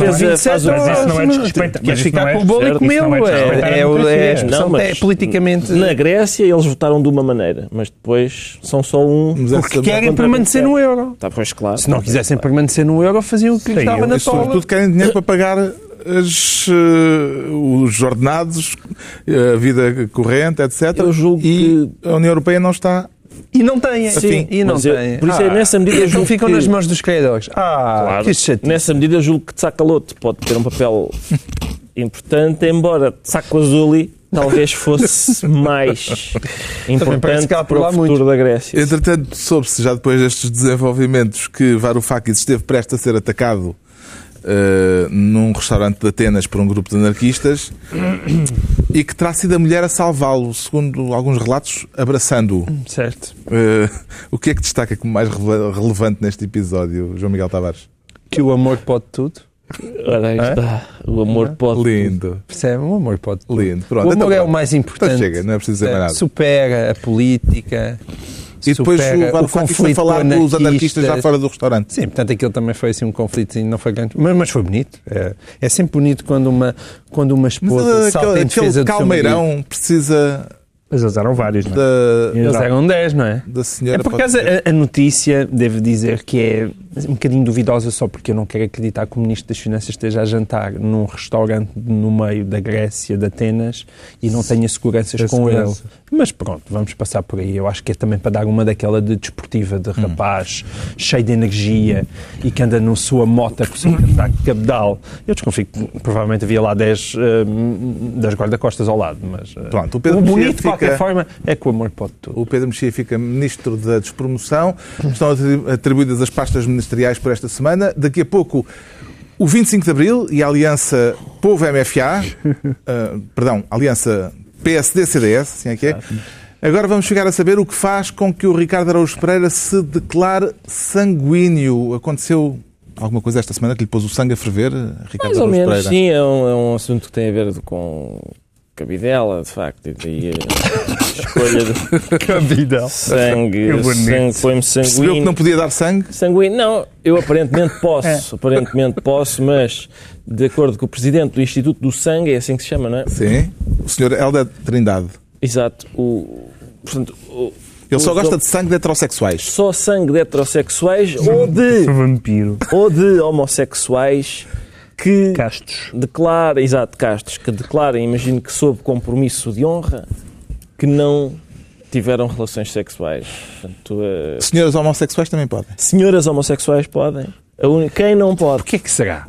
[SPEAKER 4] mas
[SPEAKER 5] faz- faz-
[SPEAKER 4] isso não é
[SPEAKER 3] mas-
[SPEAKER 4] desrespeito.
[SPEAKER 3] Queres ficar com o bolo
[SPEAKER 5] certo,
[SPEAKER 3] e
[SPEAKER 5] isso
[SPEAKER 4] não é
[SPEAKER 3] comê-lo? É,
[SPEAKER 4] desrespeitar
[SPEAKER 3] é, o-
[SPEAKER 4] a
[SPEAKER 3] é
[SPEAKER 4] democracia.
[SPEAKER 3] a expressão
[SPEAKER 5] Não,
[SPEAKER 3] até
[SPEAKER 5] mas-
[SPEAKER 3] politicamente.
[SPEAKER 5] Na Grécia eles votaram de uma maneira, mas depois são só um.
[SPEAKER 2] Mas
[SPEAKER 3] Porque
[SPEAKER 2] essa-
[SPEAKER 3] querem permanecer no euro.
[SPEAKER 5] Tá, pois claro.
[SPEAKER 3] Se não quisessem permanecer no euro, faziam o que lhes
[SPEAKER 4] Sim,
[SPEAKER 3] estava na
[SPEAKER 2] E,
[SPEAKER 3] tola.
[SPEAKER 2] sobretudo querem dinheiro para pagar as, eh, os ordenados, eh, a vida corrente, etc.
[SPEAKER 5] Eu julgo
[SPEAKER 2] e a União Europeia não está.
[SPEAKER 3] E não têm.
[SPEAKER 2] Sim,
[SPEAKER 3] e não
[SPEAKER 5] mas eu-
[SPEAKER 3] têm.
[SPEAKER 5] por isso é nessa medida eu
[SPEAKER 3] Então
[SPEAKER 5] julgo
[SPEAKER 3] ficam
[SPEAKER 5] que-
[SPEAKER 3] nas mãos dos credores. Ah,
[SPEAKER 5] Claro.
[SPEAKER 3] que chatice.
[SPEAKER 2] Né?
[SPEAKER 5] Nessa medida, eu julgo que Tsakaloto pode ter um papel importante, embora Tsakazuli talvez fosse mais
[SPEAKER 3] parece
[SPEAKER 5] importante
[SPEAKER 3] que há
[SPEAKER 5] para
[SPEAKER 3] por lá
[SPEAKER 5] o futuro
[SPEAKER 3] muito.
[SPEAKER 5] da Grécia.
[SPEAKER 2] Entretanto, soube-se já depois destes desenvolvimentos que Varoufakis esteve prestes a ser atacado eh, num restaurante de Atenas por um grupo de anarquistas e que terá sido a mulher a salvá-lo, segundo alguns relatos, abraçando-o.
[SPEAKER 3] Certo.
[SPEAKER 2] Eh, o que é que destaca como mais rele- relevante neste episódio, João Miguel Tavares?
[SPEAKER 3] Que o amor pode tudo.
[SPEAKER 5] Ora, aí está. O amor pode.
[SPEAKER 2] Lindo.
[SPEAKER 3] Percebe? O amor pode tudo.
[SPEAKER 2] Lindo, pronto.
[SPEAKER 3] O amor
[SPEAKER 2] então
[SPEAKER 3] é o
[SPEAKER 2] pronto.
[SPEAKER 3] mais
[SPEAKER 2] Então
[SPEAKER 3] importante.
[SPEAKER 2] chega, não é preciso dizer mais
[SPEAKER 3] Eh,
[SPEAKER 2] nada.
[SPEAKER 3] Supera a política.
[SPEAKER 2] E depois
[SPEAKER 3] supera
[SPEAKER 2] o Varoufakis foi falar com os anarquistas lá fora do restaurante.
[SPEAKER 3] Sim, portanto aquilo também foi assim um conflito não foi grande, mas, mas foi bonito. É, é sempre bonito quando uma, quando uma
[SPEAKER 2] Mas
[SPEAKER 3] esposa
[SPEAKER 2] ah,
[SPEAKER 3] salta
[SPEAKER 2] aquele,
[SPEAKER 3] em defesa
[SPEAKER 2] aquele
[SPEAKER 3] do seu marido.
[SPEAKER 2] calmeirão precisa
[SPEAKER 4] Mas eles eram vários, não é?
[SPEAKER 2] da,
[SPEAKER 3] Eles eram 10, não é?
[SPEAKER 2] da senhora.
[SPEAKER 3] é por
[SPEAKER 2] pode
[SPEAKER 3] acaso
[SPEAKER 2] ser.
[SPEAKER 3] a, a notícia, devo dizer que é um bocadinho duvidosa só porque eu não quero acreditar que o Ministro das Finanças esteja a jantar num restaurante no meio da Grécia, de Atenas, e não tenha seguranças
[SPEAKER 4] Da
[SPEAKER 3] com
[SPEAKER 4] segurança.
[SPEAKER 3] ele. Mas pronto, vamos passar por aí. Eu acho que é também para dar uma daquela de desportiva,
[SPEAKER 2] Hum.
[SPEAKER 3] de rapaz, cheio de energia e que anda na sua mota por cima de ataque de cabedal. Eu desconfio que provavelmente havia lá 10 hum, das guarda-costas ao lado, mas... eh,
[SPEAKER 2] Pronto, o Pedro
[SPEAKER 3] bonito,
[SPEAKER 2] Mexia
[SPEAKER 3] de qualquer
[SPEAKER 2] fica-
[SPEAKER 3] forma, é que o amor pode tudo.
[SPEAKER 2] O Pedro Mexia fica ministro da despromoção. Estão atribu- atribuídas as pastas ministeriais por esta semana. Daqui a pouco, o 25 de Abril e a Aliança Povo-MFA, ah, perdão, Aliança PSD-CDS, assim é que é. Agora vamos chegar a saber o que faz com que o Ricardo Araújo Pereira se declare sanguíneo. Aconteceu alguma coisa esta semana que lhe pôs o sangue a ferver, Ricardo
[SPEAKER 5] Mais ou
[SPEAKER 2] Araújo
[SPEAKER 5] menos,
[SPEAKER 2] Pereira?
[SPEAKER 5] sim, é um, é um assunto que tem a ver com cabidela, de facto, e daí a escolha de
[SPEAKER 3] Cabidal.
[SPEAKER 5] sangue,
[SPEAKER 4] Que bonito.
[SPEAKER 5] sangue põe-me
[SPEAKER 2] Percebeu que
[SPEAKER 5] sanguíneo.
[SPEAKER 2] não podia dar sangue?
[SPEAKER 5] Sanguíneo, não, eu aparentemente posso,
[SPEAKER 2] É.
[SPEAKER 5] aparentemente posso, mas de acordo com o presidente do Instituto do Sangue, é assim que se chama, não é?
[SPEAKER 2] Sim. O senhor Helder Trindade.
[SPEAKER 5] Exato. O, portanto, o-
[SPEAKER 2] Ele só
[SPEAKER 5] o-
[SPEAKER 2] gosta de sangue de heterossexuais.
[SPEAKER 5] só sangue de heterossexuais ou de,
[SPEAKER 4] Vampiro.
[SPEAKER 5] ou de homossexuais que
[SPEAKER 4] Castos.
[SPEAKER 5] declara, exato, castos, que declarem, imagino que sob compromisso de honra, que não tiveram relações sexuais. Portanto, eh,
[SPEAKER 2] Senhoras homossexuais também podem.
[SPEAKER 5] senhoras homossexuais podem. A uni- Quem não pode?
[SPEAKER 3] O que é que será?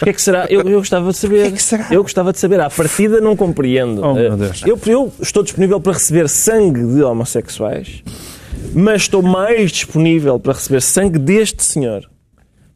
[SPEAKER 5] O que é que será? Eu, eu gostava de saber.
[SPEAKER 3] O que é que será?
[SPEAKER 5] Eu gostava de saber. À partida não compreendo.
[SPEAKER 3] Oh, meu
[SPEAKER 5] Eh,
[SPEAKER 3] Deus.
[SPEAKER 5] Eu, eu estou disponível para receber sangue de homossexuais, mas estou mais disponível para receber sangue deste senhor.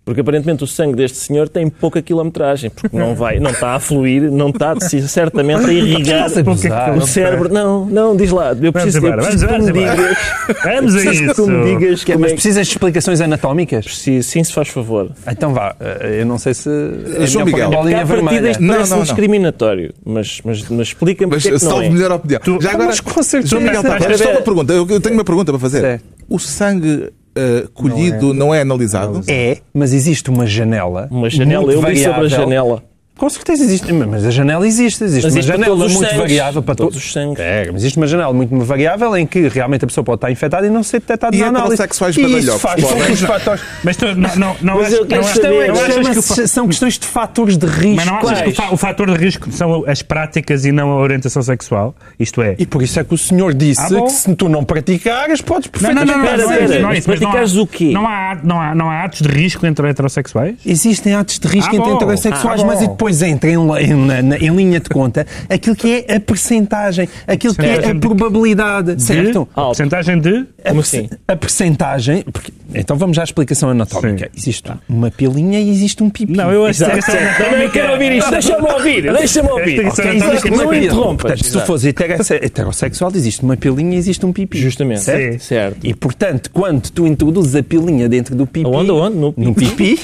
[SPEAKER 5] Porque aparentemente o sangue deste senhor tem pouca quilometragem, porque não vai, não está a fluir, não está se- certamente a irrigar
[SPEAKER 3] Estás a gozar.
[SPEAKER 5] o cérebro. Não, não, diz lá, eu preciso, eu
[SPEAKER 4] embora,
[SPEAKER 5] preciso que tu
[SPEAKER 4] vamos
[SPEAKER 5] me
[SPEAKER 4] embora.
[SPEAKER 5] digas.
[SPEAKER 4] Vamos a
[SPEAKER 5] Preciso que
[SPEAKER 4] isso.
[SPEAKER 5] tu me digas que é
[SPEAKER 3] Mas
[SPEAKER 5] mais
[SPEAKER 3] precisas de explicações anatómicas?
[SPEAKER 5] preciso. Sim, se faz favor.
[SPEAKER 3] Então vá, eh, eu não sei se. É
[SPEAKER 2] João
[SPEAKER 3] melhor pôr a
[SPEAKER 2] Miguel.
[SPEAKER 3] bolinha
[SPEAKER 5] Cá, a partir
[SPEAKER 3] vermelha.
[SPEAKER 5] deste
[SPEAKER 2] Não,
[SPEAKER 5] parece
[SPEAKER 2] não, não.
[SPEAKER 5] discriminatório, mas, mas, mas explica-me
[SPEAKER 2] Mas
[SPEAKER 5] porque é que não
[SPEAKER 2] salvo
[SPEAKER 5] é.
[SPEAKER 2] melhor opinião.
[SPEAKER 4] Tu-
[SPEAKER 2] Já agora.
[SPEAKER 3] Mas com certeza.
[SPEAKER 2] João Miguel
[SPEAKER 4] Estás a
[SPEAKER 2] Tavares, só
[SPEAKER 5] ver?
[SPEAKER 2] uma pergunta. Eu eu tenho uma pergunta para fazer.
[SPEAKER 3] Certo.
[SPEAKER 2] O sangue eh, colhido não é analisado?
[SPEAKER 3] É, mas existe uma janela.
[SPEAKER 5] Uma janela,
[SPEAKER 3] muito
[SPEAKER 5] eu vi sobre a
[SPEAKER 3] variável.
[SPEAKER 5] janela.
[SPEAKER 3] Com certeza existe, mas a janela existe. Existe
[SPEAKER 5] Mas
[SPEAKER 3] uma
[SPEAKER 5] isto para
[SPEAKER 3] janela
[SPEAKER 5] todos os
[SPEAKER 3] muito
[SPEAKER 5] sangues.
[SPEAKER 3] variável para
[SPEAKER 5] Todos
[SPEAKER 3] todos.
[SPEAKER 5] os sangues.
[SPEAKER 3] É, mas existe uma janela muito variável em que realmente a pessoa pode estar infectada e não ser detectada
[SPEAKER 2] E
[SPEAKER 3] na análise.
[SPEAKER 2] heterossexuais
[SPEAKER 3] E isso
[SPEAKER 2] badalhocos,
[SPEAKER 3] faz com
[SPEAKER 2] podem?
[SPEAKER 3] que os fatores...
[SPEAKER 4] Mas tu, não, não, não,
[SPEAKER 5] Mas
[SPEAKER 4] achas-
[SPEAKER 5] eu
[SPEAKER 4] não
[SPEAKER 5] quero
[SPEAKER 4] achas-
[SPEAKER 5] saber,
[SPEAKER 4] não
[SPEAKER 5] eu
[SPEAKER 4] achas que o fa-
[SPEAKER 3] Chama-se- São questões de fatores de risco.
[SPEAKER 4] mas não achas que o, fa-
[SPEAKER 5] Quais?
[SPEAKER 4] o fator de risco são as práticas e não a orientação sexual? Isto é,
[SPEAKER 3] E por isso é que o senhor disse
[SPEAKER 4] Ah, bom.
[SPEAKER 3] que se tu não praticares, podes perfeitamente...
[SPEAKER 5] Espera,
[SPEAKER 4] é
[SPEAKER 5] espera.
[SPEAKER 4] isso, é
[SPEAKER 5] Mas
[SPEAKER 4] isso, mas não há-
[SPEAKER 5] praticares o quê?
[SPEAKER 4] Não há, não, há, não há atos de risco entre heterossexuais?
[SPEAKER 3] Existem atos de risco
[SPEAKER 4] Ah,
[SPEAKER 3] entre
[SPEAKER 4] bom.
[SPEAKER 3] heterossexuais,
[SPEAKER 4] Ah, bom.
[SPEAKER 3] mas e depois entra em, li- em- na- na- em linha de conta aquilo que é a percentagem, aquilo que é a
[SPEAKER 4] Percentagem de-
[SPEAKER 3] probabilidade, certo?
[SPEAKER 4] De, a percentagem de...
[SPEAKER 3] A,
[SPEAKER 5] Como
[SPEAKER 3] perce-
[SPEAKER 5] assim?
[SPEAKER 3] a percentagem. porque- então vamos à explicação anatómica.
[SPEAKER 4] Sim.
[SPEAKER 3] Existe uma pilinha e existe um pipi.
[SPEAKER 4] Não, eu acho que essa
[SPEAKER 5] Não, não, eu quero ouvir isto, deixa-me ouvir, deixa-me ouvir.
[SPEAKER 4] Esta
[SPEAKER 5] Ok,
[SPEAKER 4] questão
[SPEAKER 5] exato,
[SPEAKER 4] anatómica
[SPEAKER 5] Não
[SPEAKER 4] é-
[SPEAKER 5] interrompas.
[SPEAKER 3] Portanto, se tu fores heterosse- heterossexual, existe uma pilinha e existe um pipi.
[SPEAKER 5] Justamente.
[SPEAKER 3] Certo?
[SPEAKER 5] Sim. Certo.
[SPEAKER 3] E portanto, quando tu introduzes a pilinha dentro do pipi.
[SPEAKER 5] Aonde, aonde? No
[SPEAKER 3] No pipi.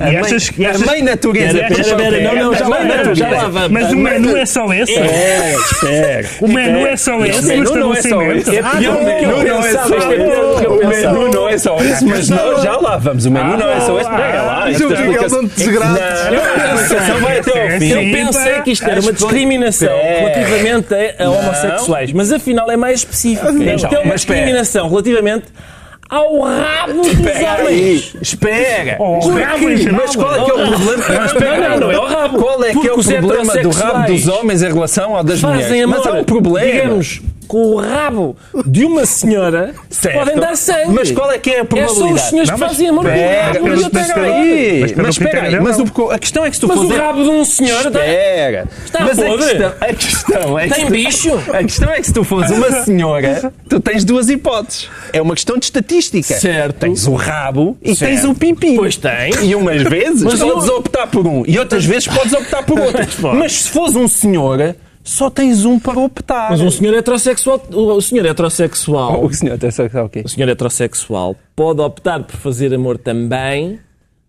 [SPEAKER 3] a,
[SPEAKER 4] E
[SPEAKER 3] mãe,
[SPEAKER 4] achas- e
[SPEAKER 3] a
[SPEAKER 4] achas-
[SPEAKER 3] mãe natureza.
[SPEAKER 4] Espera,
[SPEAKER 3] pensa
[SPEAKER 4] espera,
[SPEAKER 3] o quê?
[SPEAKER 4] não, não, já
[SPEAKER 3] A mãe
[SPEAKER 4] lá vamos,
[SPEAKER 3] natureza.
[SPEAKER 5] já lá vamos.
[SPEAKER 4] Mas o menu é só esse?
[SPEAKER 5] É, espera.
[SPEAKER 4] O menu é só
[SPEAKER 5] É,
[SPEAKER 4] esse?
[SPEAKER 5] o menu
[SPEAKER 4] não é só esse?
[SPEAKER 5] É pior do que eu pensava. Isto é pior do que eu
[SPEAKER 3] O
[SPEAKER 5] pensava.
[SPEAKER 3] menu não é só isso, mas nós já lá vamos. O menu não é só isso.
[SPEAKER 4] Ah,
[SPEAKER 3] Pega lá.
[SPEAKER 2] João Miguel,
[SPEAKER 3] esta explicação-
[SPEAKER 2] não te desgrades.
[SPEAKER 3] Não, a explicação vai até ao fim.
[SPEAKER 5] Eu
[SPEAKER 4] Sim,
[SPEAKER 5] pensei
[SPEAKER 4] pá.
[SPEAKER 5] que isto era
[SPEAKER 3] As
[SPEAKER 5] uma
[SPEAKER 3] pessoas-
[SPEAKER 5] discriminação
[SPEAKER 3] Pera.
[SPEAKER 5] relativamente a- a homossexuais, mas afinal é mais específico. Isto é uma
[SPEAKER 3] mas pera.
[SPEAKER 5] discriminação relativamente ao rabo dos homens.
[SPEAKER 3] Espera!
[SPEAKER 4] Oh,
[SPEAKER 3] Porque-
[SPEAKER 4] rabo em geral,
[SPEAKER 3] mas qual é que é o problema?
[SPEAKER 5] Não, não, não, é o rabo.
[SPEAKER 3] Qual é que
[SPEAKER 5] Porque
[SPEAKER 3] é o
[SPEAKER 5] os
[SPEAKER 3] problema do rabo
[SPEAKER 5] heterossexuais
[SPEAKER 3] dos homens em relação ao das
[SPEAKER 5] Fazem
[SPEAKER 3] mulheres?
[SPEAKER 5] amor,
[SPEAKER 3] Mas há um problema.
[SPEAKER 5] digamos, com o rabo de uma senhora,
[SPEAKER 3] Certo.
[SPEAKER 5] podem dar sangue.
[SPEAKER 3] Mas qual é que é a
[SPEAKER 5] só os
[SPEAKER 3] probabilidade?
[SPEAKER 5] senhores que
[SPEAKER 4] Não, mas
[SPEAKER 5] fazem amor com o
[SPEAKER 3] Espera,
[SPEAKER 5] rabo
[SPEAKER 4] pelo-
[SPEAKER 5] e outra
[SPEAKER 3] mas
[SPEAKER 4] espera
[SPEAKER 5] galera.
[SPEAKER 3] peraí,
[SPEAKER 4] Mas pelo
[SPEAKER 3] mas espera
[SPEAKER 4] critério
[SPEAKER 3] aí,
[SPEAKER 4] dela,
[SPEAKER 3] mas
[SPEAKER 4] não.
[SPEAKER 3] o co- a questão é que se tu
[SPEAKER 5] Mas o
[SPEAKER 3] fores-
[SPEAKER 5] rabo de um senhor está-
[SPEAKER 3] Espera.
[SPEAKER 5] Está
[SPEAKER 3] mas a
[SPEAKER 5] podre.
[SPEAKER 3] questão, a questão é que
[SPEAKER 5] Tem
[SPEAKER 3] se-
[SPEAKER 5] bicho?
[SPEAKER 3] A questão é que se tu fores uma senhora, tu tens duas hipóteses. É uma questão de estatística.
[SPEAKER 5] Certo.
[SPEAKER 3] Tens o rabo e
[SPEAKER 5] Certo.
[SPEAKER 3] tens o pipi.
[SPEAKER 5] Pois tem.
[SPEAKER 3] E umas vezes
[SPEAKER 5] Mas
[SPEAKER 3] podes
[SPEAKER 5] eu-
[SPEAKER 3] optar por um e outras vezes podes optar por outro. Mas se fores um senhor, só tens um para optar. Oh,
[SPEAKER 5] Mas um senhor heterossexual, o o senhor heterossexual,
[SPEAKER 3] O senhor tem só um o quê?
[SPEAKER 5] o senhor heterossexual pode optar por fazer amor também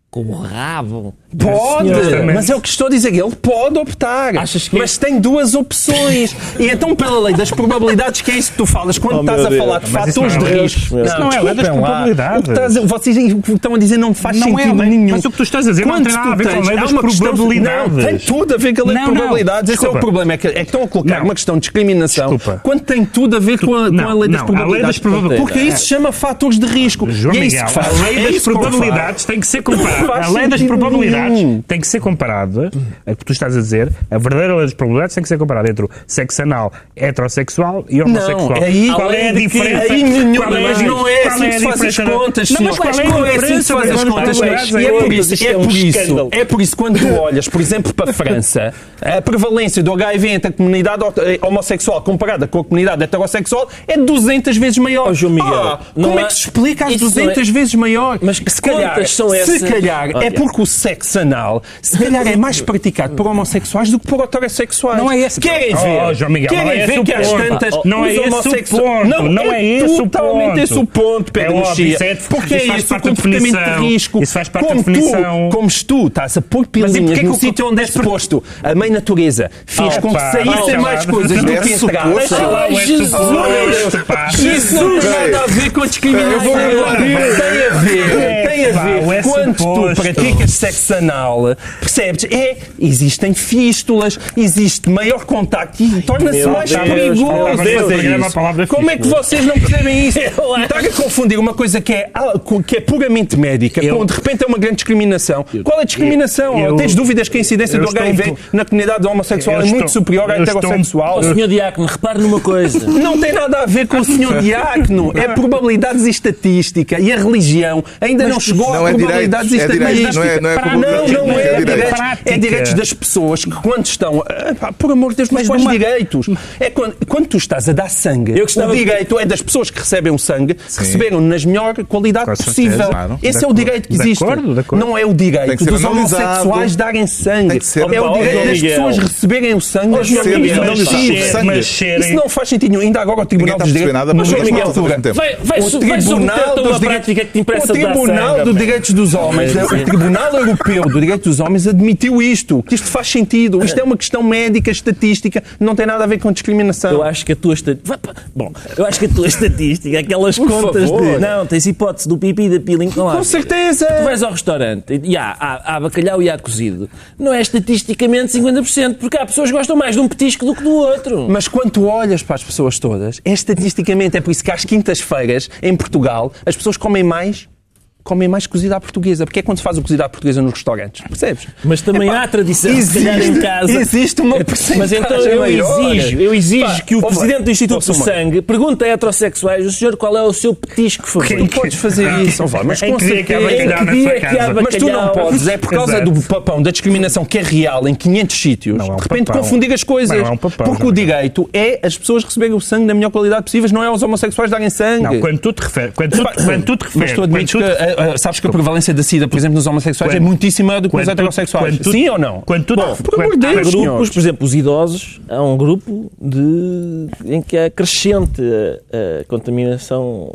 [SPEAKER 5] com o rabo.
[SPEAKER 3] Pode,
[SPEAKER 4] Exatamente. é?
[SPEAKER 3] mas é o que estou a dizer, ele pode optar.
[SPEAKER 5] Achas que-
[SPEAKER 3] Mas tem duas opções. e então, pela lei das probabilidades, que é isso que tu falas quando estás a falar de
[SPEAKER 4] Oh, Mas isso
[SPEAKER 3] fatores de
[SPEAKER 4] não é lei.
[SPEAKER 3] risco.
[SPEAKER 4] Isso não é lei das
[SPEAKER 3] desculpem lá.
[SPEAKER 4] probabilidades.
[SPEAKER 3] O que estás a- vocês estão a dizer não faz
[SPEAKER 4] Não é
[SPEAKER 3] sentido
[SPEAKER 4] lei.
[SPEAKER 3] nenhum.
[SPEAKER 4] Mas o que tu estás a dizer não
[SPEAKER 3] Quando
[SPEAKER 4] tem nada a
[SPEAKER 3] tu
[SPEAKER 4] ver com a
[SPEAKER 3] tens-
[SPEAKER 4] lei
[SPEAKER 3] há
[SPEAKER 4] das
[SPEAKER 3] uma questão-
[SPEAKER 4] probabilidades.
[SPEAKER 3] Não, tem tudo a ver com a lei
[SPEAKER 4] Não,
[SPEAKER 3] de
[SPEAKER 4] não.
[SPEAKER 3] probabilidades. Esse é o
[SPEAKER 4] Desculpa.
[SPEAKER 3] problema. É que, é que estão a colocar
[SPEAKER 4] Não.
[SPEAKER 3] uma questão de discriminação
[SPEAKER 4] Desculpa.
[SPEAKER 3] quando tem tudo a ver com a, com a
[SPEAKER 4] não,
[SPEAKER 3] lei das
[SPEAKER 4] não, a lei
[SPEAKER 3] probabilidades.
[SPEAKER 4] das probabilidades.
[SPEAKER 3] Porque isso se chama fatores de risco.
[SPEAKER 4] João
[SPEAKER 3] e é isso
[SPEAKER 4] Miguel,
[SPEAKER 3] que
[SPEAKER 4] a
[SPEAKER 3] faz.
[SPEAKER 4] lei
[SPEAKER 3] É
[SPEAKER 4] das
[SPEAKER 3] isso que faz.
[SPEAKER 4] probabilidades tem que ser
[SPEAKER 3] Não
[SPEAKER 4] comparada.
[SPEAKER 3] faz
[SPEAKER 4] A lei das
[SPEAKER 3] sentido
[SPEAKER 4] probabilidades
[SPEAKER 3] nenhum.
[SPEAKER 4] tem que ser comparada, a que tu estás a dizer, a verdadeira lei das probabilidades tem que ser comparada entre o sexo anal, heterossexual e homossexual.
[SPEAKER 3] Não, aí-
[SPEAKER 4] qual é a
[SPEAKER 3] além de que-
[SPEAKER 4] diferença?
[SPEAKER 3] aí nenhuma,
[SPEAKER 4] Qual é a
[SPEAKER 3] mas
[SPEAKER 4] di-
[SPEAKER 3] não é
[SPEAKER 4] qual
[SPEAKER 3] assim
[SPEAKER 4] a
[SPEAKER 3] que se faz as
[SPEAKER 4] diferença da-
[SPEAKER 3] contas,
[SPEAKER 4] Não, mas
[SPEAKER 3] senhor.
[SPEAKER 4] qual é a
[SPEAKER 3] Não é assim que se
[SPEAKER 4] diferença
[SPEAKER 3] faz
[SPEAKER 4] das
[SPEAKER 3] as contas,
[SPEAKER 4] probabilidades?
[SPEAKER 3] E é por isso,
[SPEAKER 5] Isto
[SPEAKER 3] é
[SPEAKER 5] é um
[SPEAKER 3] por isso,
[SPEAKER 5] escândalo.
[SPEAKER 3] é por isso, quando tu olhas, por exemplo, para a França, a prevalência do HIV entre a comunidade eh, homossexual comparada com a comunidade heterossexual é 200 vezes maior.
[SPEAKER 5] Oh, João Miguel,
[SPEAKER 3] Ah,
[SPEAKER 5] não
[SPEAKER 3] como é
[SPEAKER 5] há-
[SPEAKER 3] que se explica as
[SPEAKER 5] isso não
[SPEAKER 3] 200
[SPEAKER 5] é-
[SPEAKER 3] vezes maior?
[SPEAKER 5] Mas que
[SPEAKER 3] se calhar,
[SPEAKER 5] contas são
[SPEAKER 3] se
[SPEAKER 5] essas?
[SPEAKER 3] calhar é
[SPEAKER 5] Olha.
[SPEAKER 3] porque o sexo anal, se calhar é mais praticado por homossexuais do que por heterossexuais.
[SPEAKER 4] Não é esse-
[SPEAKER 3] Querem
[SPEAKER 4] Oh,
[SPEAKER 3] ver?
[SPEAKER 4] João Miguel, não é
[SPEAKER 3] querem
[SPEAKER 4] esse
[SPEAKER 3] ver
[SPEAKER 4] o
[SPEAKER 3] que às
[SPEAKER 4] ponto.
[SPEAKER 3] tantas
[SPEAKER 4] Oh, não é
[SPEAKER 3] os
[SPEAKER 4] esse o
[SPEAKER 3] homossexuais-
[SPEAKER 4] ponto,
[SPEAKER 3] Não,
[SPEAKER 4] não é esse o
[SPEAKER 3] totalmente
[SPEAKER 4] ponto.
[SPEAKER 3] esse o ponto, Pedro
[SPEAKER 4] É óbvio,
[SPEAKER 3] Mexia.
[SPEAKER 4] isso é-
[SPEAKER 3] Porque
[SPEAKER 4] isso
[SPEAKER 3] é
[SPEAKER 4] faz
[SPEAKER 3] isso o
[SPEAKER 4] parte da
[SPEAKER 3] comportamento
[SPEAKER 4] definição.
[SPEAKER 3] de risco.
[SPEAKER 4] Isso faz parte da
[SPEAKER 3] como
[SPEAKER 4] definição.
[SPEAKER 3] Tu, como tu estás a pôr
[SPEAKER 4] e porquê
[SPEAKER 3] pilinhas
[SPEAKER 4] que
[SPEAKER 3] no
[SPEAKER 4] o- é
[SPEAKER 3] sítio onde és posto, a mãe natureza fez
[SPEAKER 4] Oh,
[SPEAKER 3] com que
[SPEAKER 4] pá,
[SPEAKER 3] saíssem
[SPEAKER 4] oh,
[SPEAKER 3] é mais
[SPEAKER 4] pá.
[SPEAKER 3] coisas do que
[SPEAKER 2] Era suposto.
[SPEAKER 3] entrassem.
[SPEAKER 5] Ai, Jesus!
[SPEAKER 3] Isso não tem nada a ver com a discriminação.
[SPEAKER 2] Eu vou agora.
[SPEAKER 3] Tem a ver, tem a
[SPEAKER 4] Epá, É, o
[SPEAKER 3] ver.
[SPEAKER 4] S
[SPEAKER 3] Quando tu
[SPEAKER 4] posto.
[SPEAKER 3] praticas sexo anal, percebes? É, existem fístulas, existe maior contacto e torna-se
[SPEAKER 5] meu
[SPEAKER 3] mais
[SPEAKER 5] Deus,
[SPEAKER 4] meu
[SPEAKER 3] perigoso
[SPEAKER 4] Deus,
[SPEAKER 3] fazer
[SPEAKER 4] programa a palavra
[SPEAKER 3] isso. Como é que
[SPEAKER 4] fístula.
[SPEAKER 3] vocês não percebem isso?
[SPEAKER 5] Eu
[SPEAKER 3] E Estar a confundir uma coisa que é, al- que é puramente médica
[SPEAKER 4] Eu-
[SPEAKER 3] com, de repente, é uma grande discriminação. Qual é a discriminação?
[SPEAKER 4] eu-
[SPEAKER 3] Oh, Tens dúvidas que a incidência
[SPEAKER 4] eu
[SPEAKER 3] do
[SPEAKER 4] estou um
[SPEAKER 3] HIV
[SPEAKER 4] po-
[SPEAKER 3] na comunidade homossexual
[SPEAKER 4] Eu
[SPEAKER 3] é
[SPEAKER 4] estou-
[SPEAKER 3] muito superior à
[SPEAKER 4] eu estou um-
[SPEAKER 3] heterossexual?
[SPEAKER 5] Ó oh, senhor Diácono, repare numa coisa.
[SPEAKER 3] Não tem nada a ver com o senhor diácono. É probabilidades e estatística. E a religião ainda não chegou
[SPEAKER 2] não
[SPEAKER 3] a
[SPEAKER 2] é
[SPEAKER 3] probabilidades
[SPEAKER 2] direitos, é direito, não é- não é
[SPEAKER 3] Para-
[SPEAKER 2] como-
[SPEAKER 3] não, não
[SPEAKER 2] mas
[SPEAKER 3] é,
[SPEAKER 2] é direito.
[SPEAKER 3] direitos.
[SPEAKER 4] Prática.
[SPEAKER 3] É direitos das pessoas que quando estão. ah, pá, por amor de Deus, mas
[SPEAKER 4] Mas
[SPEAKER 3] quais
[SPEAKER 4] numa-
[SPEAKER 3] direitos? É quando, quando tu estás a dar sangue,
[SPEAKER 5] Eu gostava
[SPEAKER 3] o
[SPEAKER 5] de-
[SPEAKER 3] direito é das pessoas que recebem o sangue, receberam nas melhor qualidade
[SPEAKER 4] Com certeza,
[SPEAKER 3] possível.
[SPEAKER 2] claro.
[SPEAKER 3] Esse
[SPEAKER 4] De
[SPEAKER 3] é o
[SPEAKER 4] acordo.
[SPEAKER 3] direito que
[SPEAKER 4] De
[SPEAKER 3] existe.
[SPEAKER 4] acordo, de acordo.
[SPEAKER 3] Não é o
[SPEAKER 2] Tem
[SPEAKER 3] direito
[SPEAKER 2] que ser
[SPEAKER 3] dos
[SPEAKER 2] analisado.
[SPEAKER 3] homossexuais darem sangue.
[SPEAKER 2] Tem que ser-
[SPEAKER 3] É o
[SPEAKER 5] Opa,
[SPEAKER 3] direito
[SPEAKER 5] ó,
[SPEAKER 3] das
[SPEAKER 5] Miguel.
[SPEAKER 3] pessoas receberem o sangue nas
[SPEAKER 2] Miguel,
[SPEAKER 3] melhores
[SPEAKER 2] Miguel,
[SPEAKER 3] condições.
[SPEAKER 2] Miguel,
[SPEAKER 4] mas,
[SPEAKER 2] sangue.
[SPEAKER 4] mas
[SPEAKER 3] Isso
[SPEAKER 4] cheirem.
[SPEAKER 3] não faz sentido nenhum. Ainda agora o Tribunal
[SPEAKER 2] Ninguém
[SPEAKER 3] dos
[SPEAKER 2] está a perceber
[SPEAKER 3] Direitos...
[SPEAKER 2] nada,
[SPEAKER 3] Mas,
[SPEAKER 2] mas
[SPEAKER 3] João
[SPEAKER 2] nós
[SPEAKER 3] Miguel,
[SPEAKER 2] falamos ao mesmo tempo.
[SPEAKER 5] Vai, vai,
[SPEAKER 3] o
[SPEAKER 5] su- vai
[SPEAKER 3] Tribunal
[SPEAKER 5] submeter-te a
[SPEAKER 3] dos
[SPEAKER 5] uma
[SPEAKER 3] Direitos-
[SPEAKER 5] prática é que te interessa
[SPEAKER 3] O Tribunal
[SPEAKER 5] dar sangue,
[SPEAKER 3] dos
[SPEAKER 5] man.
[SPEAKER 3] Direitos dos Homens, né?
[SPEAKER 5] É,
[SPEAKER 3] o
[SPEAKER 5] sim.
[SPEAKER 3] Tribunal Europeu dos Direitos dos Homens admitiu isto, que isto faz sentido. Isto é uma questão médica, estatística, não tem nada a ver com
[SPEAKER 5] Eu
[SPEAKER 3] discriminação.
[SPEAKER 5] acho que a tua estatística. Bom, eu acho que a tua estatística, aquelas contas
[SPEAKER 3] favor.
[SPEAKER 5] de. Não, tens hipótese do pipi e da peeling. Não há.
[SPEAKER 3] Com certeza!
[SPEAKER 5] Tu vais ao restaurante e há, há, há bacalhau e há cozido. Não é estatisticamente 50%, porque há pessoas que gostam mais de um petisco do que do outro.
[SPEAKER 3] Mas quando tu olhas para as pessoas todas, é estatisticamente, é por isso que às quintas-feiras, em Portugal, as pessoas comem mais, comem mais cozida à portuguesa. Porque é quando se faz o cozido à portuguesa nos restaurantes, percebes?
[SPEAKER 5] Mas também
[SPEAKER 3] Epá,
[SPEAKER 5] há tradição, se calhar, em casa.
[SPEAKER 3] Existe uma
[SPEAKER 5] Mas
[SPEAKER 3] percentagem
[SPEAKER 5] então eu
[SPEAKER 3] maior.
[SPEAKER 5] exijo, eu exijo
[SPEAKER 3] Pá,
[SPEAKER 5] que o
[SPEAKER 3] ouve lá,
[SPEAKER 5] presidente do Instituto do
[SPEAKER 3] ouça uma coisa.
[SPEAKER 5] Sangue pergunte a heterossexuais, o senhor, qual é o seu petisco
[SPEAKER 3] Tu
[SPEAKER 5] favorito?
[SPEAKER 3] podes fazer isso, Ah, então vá, mas
[SPEAKER 4] Em
[SPEAKER 3] com
[SPEAKER 4] É que dia que há
[SPEAKER 3] certeza- é
[SPEAKER 4] bacalhau na sua
[SPEAKER 5] Em que dia que há
[SPEAKER 4] casa?
[SPEAKER 5] bacalhau?
[SPEAKER 3] Mas tu não podes, é por causa
[SPEAKER 4] Exato.
[SPEAKER 3] do papão, da discriminação que é real em 500 sítios,
[SPEAKER 4] Não é um
[SPEAKER 3] de repente
[SPEAKER 4] papão.
[SPEAKER 3] confundir as coisas.
[SPEAKER 4] Mas não é um papão,
[SPEAKER 3] porque
[SPEAKER 4] já
[SPEAKER 3] o
[SPEAKER 4] me engano.
[SPEAKER 3] direito é as pessoas receberem o sangue da melhor qualidade possível, não é aos homossexuais darem sangue.
[SPEAKER 4] Não, quando tu te referes. Quando tu,
[SPEAKER 3] Pá,
[SPEAKER 4] quando tu te
[SPEAKER 3] Mas
[SPEAKER 4] referes.
[SPEAKER 3] tu admites que,
[SPEAKER 4] quando tu te-
[SPEAKER 3] ah, ah, sabes que a prevalência da SIDA, por exemplo, nos homossexuais é
[SPEAKER 4] Quando-
[SPEAKER 3] muitíssimo maior do que nos
[SPEAKER 4] quando tu-
[SPEAKER 3] heterossexuais.
[SPEAKER 4] quando tu-
[SPEAKER 3] Sim ou não?
[SPEAKER 4] quando tu-
[SPEAKER 3] Bom, por amor de
[SPEAKER 4] quando-
[SPEAKER 3] Deus,
[SPEAKER 4] quando-
[SPEAKER 3] senhores.
[SPEAKER 5] grupos, por exemplo, os idosos, há um grupo de, em que é crescente a, a contaminação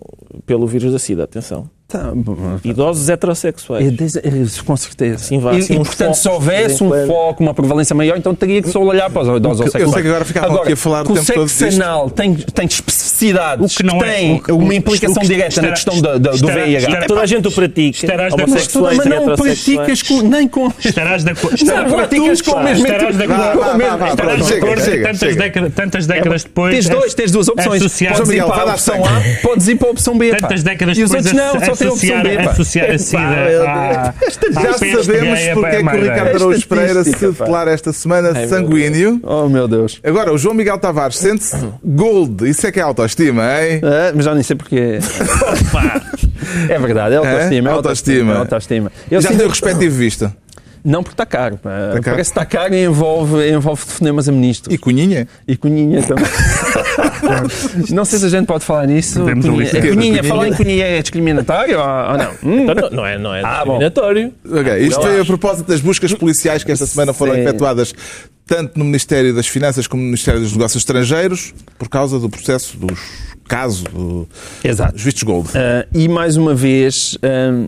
[SPEAKER 5] pelo vírus da SIDA, atenção.
[SPEAKER 3] Tá, bom.
[SPEAKER 5] Idosos
[SPEAKER 3] É,
[SPEAKER 5] heterossexuais.
[SPEAKER 3] des- é, com certeza.
[SPEAKER 5] Assim vai,
[SPEAKER 3] e,
[SPEAKER 5] assim,
[SPEAKER 3] e,
[SPEAKER 5] uns
[SPEAKER 3] portanto,
[SPEAKER 5] focos,
[SPEAKER 3] se houvesse um
[SPEAKER 5] de vez em quando.
[SPEAKER 3] foco, uma prevalência maior, então teria que só olhar para os idosos
[SPEAKER 2] Eu sei que
[SPEAKER 3] homossexuais.
[SPEAKER 2] agora ficava aqui a falar o
[SPEAKER 3] que o
[SPEAKER 2] tempo todo
[SPEAKER 3] sexo
[SPEAKER 2] disto.
[SPEAKER 3] anal tem, tem especificidades
[SPEAKER 4] O que não é-
[SPEAKER 3] tem
[SPEAKER 4] o que-
[SPEAKER 3] uma
[SPEAKER 4] o-
[SPEAKER 3] implicação
[SPEAKER 4] o que
[SPEAKER 3] direta na
[SPEAKER 4] estará-
[SPEAKER 3] questão da- da- do
[SPEAKER 4] estará-
[SPEAKER 3] VIH.
[SPEAKER 4] estará-
[SPEAKER 5] Toda a gente o pratica.
[SPEAKER 4] Estarás de
[SPEAKER 3] mas tu
[SPEAKER 5] Homossexuais,
[SPEAKER 3] também não
[SPEAKER 5] heterossexuais.
[SPEAKER 3] praticas com, nem com...
[SPEAKER 4] Estarás de acordo.
[SPEAKER 3] Não praticas com o mesmo...
[SPEAKER 4] Estarás de acordo.
[SPEAKER 2] Vá, vá, vá,
[SPEAKER 4] Estarás
[SPEAKER 2] pronto,
[SPEAKER 4] de
[SPEAKER 2] chega,
[SPEAKER 4] acordo que
[SPEAKER 2] chega,
[SPEAKER 4] tantas
[SPEAKER 2] chega.
[SPEAKER 4] décadas- Tantas décadas depois.
[SPEAKER 3] Tens dois, tens um. duas opções.
[SPEAKER 4] associar-
[SPEAKER 3] Podes ir
[SPEAKER 2] Miguel, vai
[SPEAKER 3] para a
[SPEAKER 2] dar
[SPEAKER 3] opção
[SPEAKER 2] sangue.
[SPEAKER 3] A, podes ir para a opção B. pá.
[SPEAKER 4] Tantas décadas
[SPEAKER 3] E os
[SPEAKER 4] depois
[SPEAKER 3] outros não, só tem a opção
[SPEAKER 4] associar,
[SPEAKER 3] B. pá.
[SPEAKER 4] associar a
[SPEAKER 3] Epá,
[SPEAKER 4] SIDA à- à
[SPEAKER 2] Já
[SPEAKER 4] peste
[SPEAKER 2] sabemos
[SPEAKER 4] gay, é
[SPEAKER 2] porque é que
[SPEAKER 4] pá,
[SPEAKER 2] o
[SPEAKER 4] merda.
[SPEAKER 2] Ricardo Araújo Pereira se
[SPEAKER 3] Estatística, pá.
[SPEAKER 2] declara esta semana
[SPEAKER 5] meu
[SPEAKER 2] sanguíneo.
[SPEAKER 3] Oh, meu Deus.
[SPEAKER 2] Agora, o João Miguel Tavares sente-se gold. Isso é que é autoestima, hein?
[SPEAKER 3] Ah, mas já nem sei porquê. é verdade, é autoestima.
[SPEAKER 2] É? Autoestima.
[SPEAKER 3] É autoestima. Eu
[SPEAKER 2] Já
[SPEAKER 3] sinto-
[SPEAKER 2] tem o respectivo visto.
[SPEAKER 3] Não, porque está caro. pá.
[SPEAKER 2] caro.
[SPEAKER 3] Parece que está caro e envolve, envolve telefonemas a ministros.
[SPEAKER 2] E Cunhinha?
[SPEAKER 3] E Cunhinha também. não sei se a gente pode falar nisso.
[SPEAKER 4] Podemos
[SPEAKER 3] Cunhinha,
[SPEAKER 4] ali-
[SPEAKER 3] É
[SPEAKER 2] Cunhinha.
[SPEAKER 3] Cunhinha, falar em Cunhinha é discriminatório ou, ou não? Hum,
[SPEAKER 5] Então, não, não é, não é
[SPEAKER 3] Ah, bom.
[SPEAKER 5] discriminatório.
[SPEAKER 2] Ok, isto foi a propósito das buscas policiais que esta semana foram
[SPEAKER 3] Ah, Sim.
[SPEAKER 2] efetuadas tanto no Ministério das Finanças como no Ministério dos Negócios Estrangeiros por causa do processo dos casos do-
[SPEAKER 3] Exato.
[SPEAKER 2] dos vistos gold.
[SPEAKER 3] Ah, e mais uma vez. ah,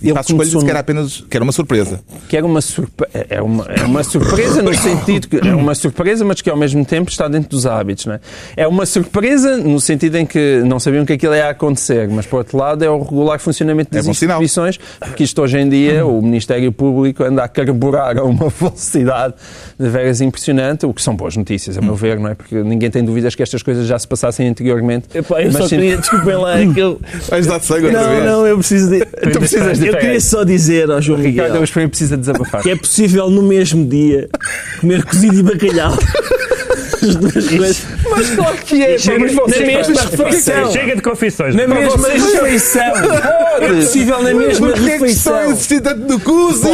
[SPEAKER 2] E
[SPEAKER 3] ele
[SPEAKER 2] Passos Coelho disse
[SPEAKER 3] começou
[SPEAKER 2] que
[SPEAKER 3] no-
[SPEAKER 2] era apenas que era uma surpresa.
[SPEAKER 3] que era uma, surpre- é uma, é uma surpresa no sentido que é uma surpresa, mas que ao mesmo tempo está dentro dos hábitos. Não é? é uma surpresa no sentido em que não sabiam que aquilo ia acontecer, mas por outro lado é o regular funcionamento das
[SPEAKER 2] bom sinal.
[SPEAKER 3] instituições, porque isto hoje em dia o Ministério Público anda a carburar a uma velocidade de veras impressionante, o que são boas notícias, a meu ver, não é? Porque ninguém tem dúvidas que estas coisas já se passassem anteriormente.
[SPEAKER 5] Epá, eu
[SPEAKER 3] mas
[SPEAKER 5] só
[SPEAKER 3] sim-
[SPEAKER 5] queria, desculpem lá, é que eu.
[SPEAKER 2] Vais dar sangue outra
[SPEAKER 5] Não,
[SPEAKER 2] vez.
[SPEAKER 5] não, eu preciso de.
[SPEAKER 3] Tu precisas de
[SPEAKER 5] Eu
[SPEAKER 3] pegar.
[SPEAKER 5] queria só dizer ao
[SPEAKER 3] Ricardo
[SPEAKER 5] João
[SPEAKER 3] um
[SPEAKER 5] Miguel
[SPEAKER 3] Araújo Pereira precisa desabafar.
[SPEAKER 5] que é possível no mesmo dia comer cozido e bacalhau. As duas coisas.
[SPEAKER 3] Mas claro que é,
[SPEAKER 4] Chega-
[SPEAKER 3] mas vocês-
[SPEAKER 5] na mesma
[SPEAKER 3] mas-
[SPEAKER 5] refeição.
[SPEAKER 4] Chega de confissões.
[SPEAKER 5] Na mesma refeição. É possível na mesma
[SPEAKER 2] Mas porquê que só
[SPEAKER 5] refeição.
[SPEAKER 2] insistir tanto no cozido?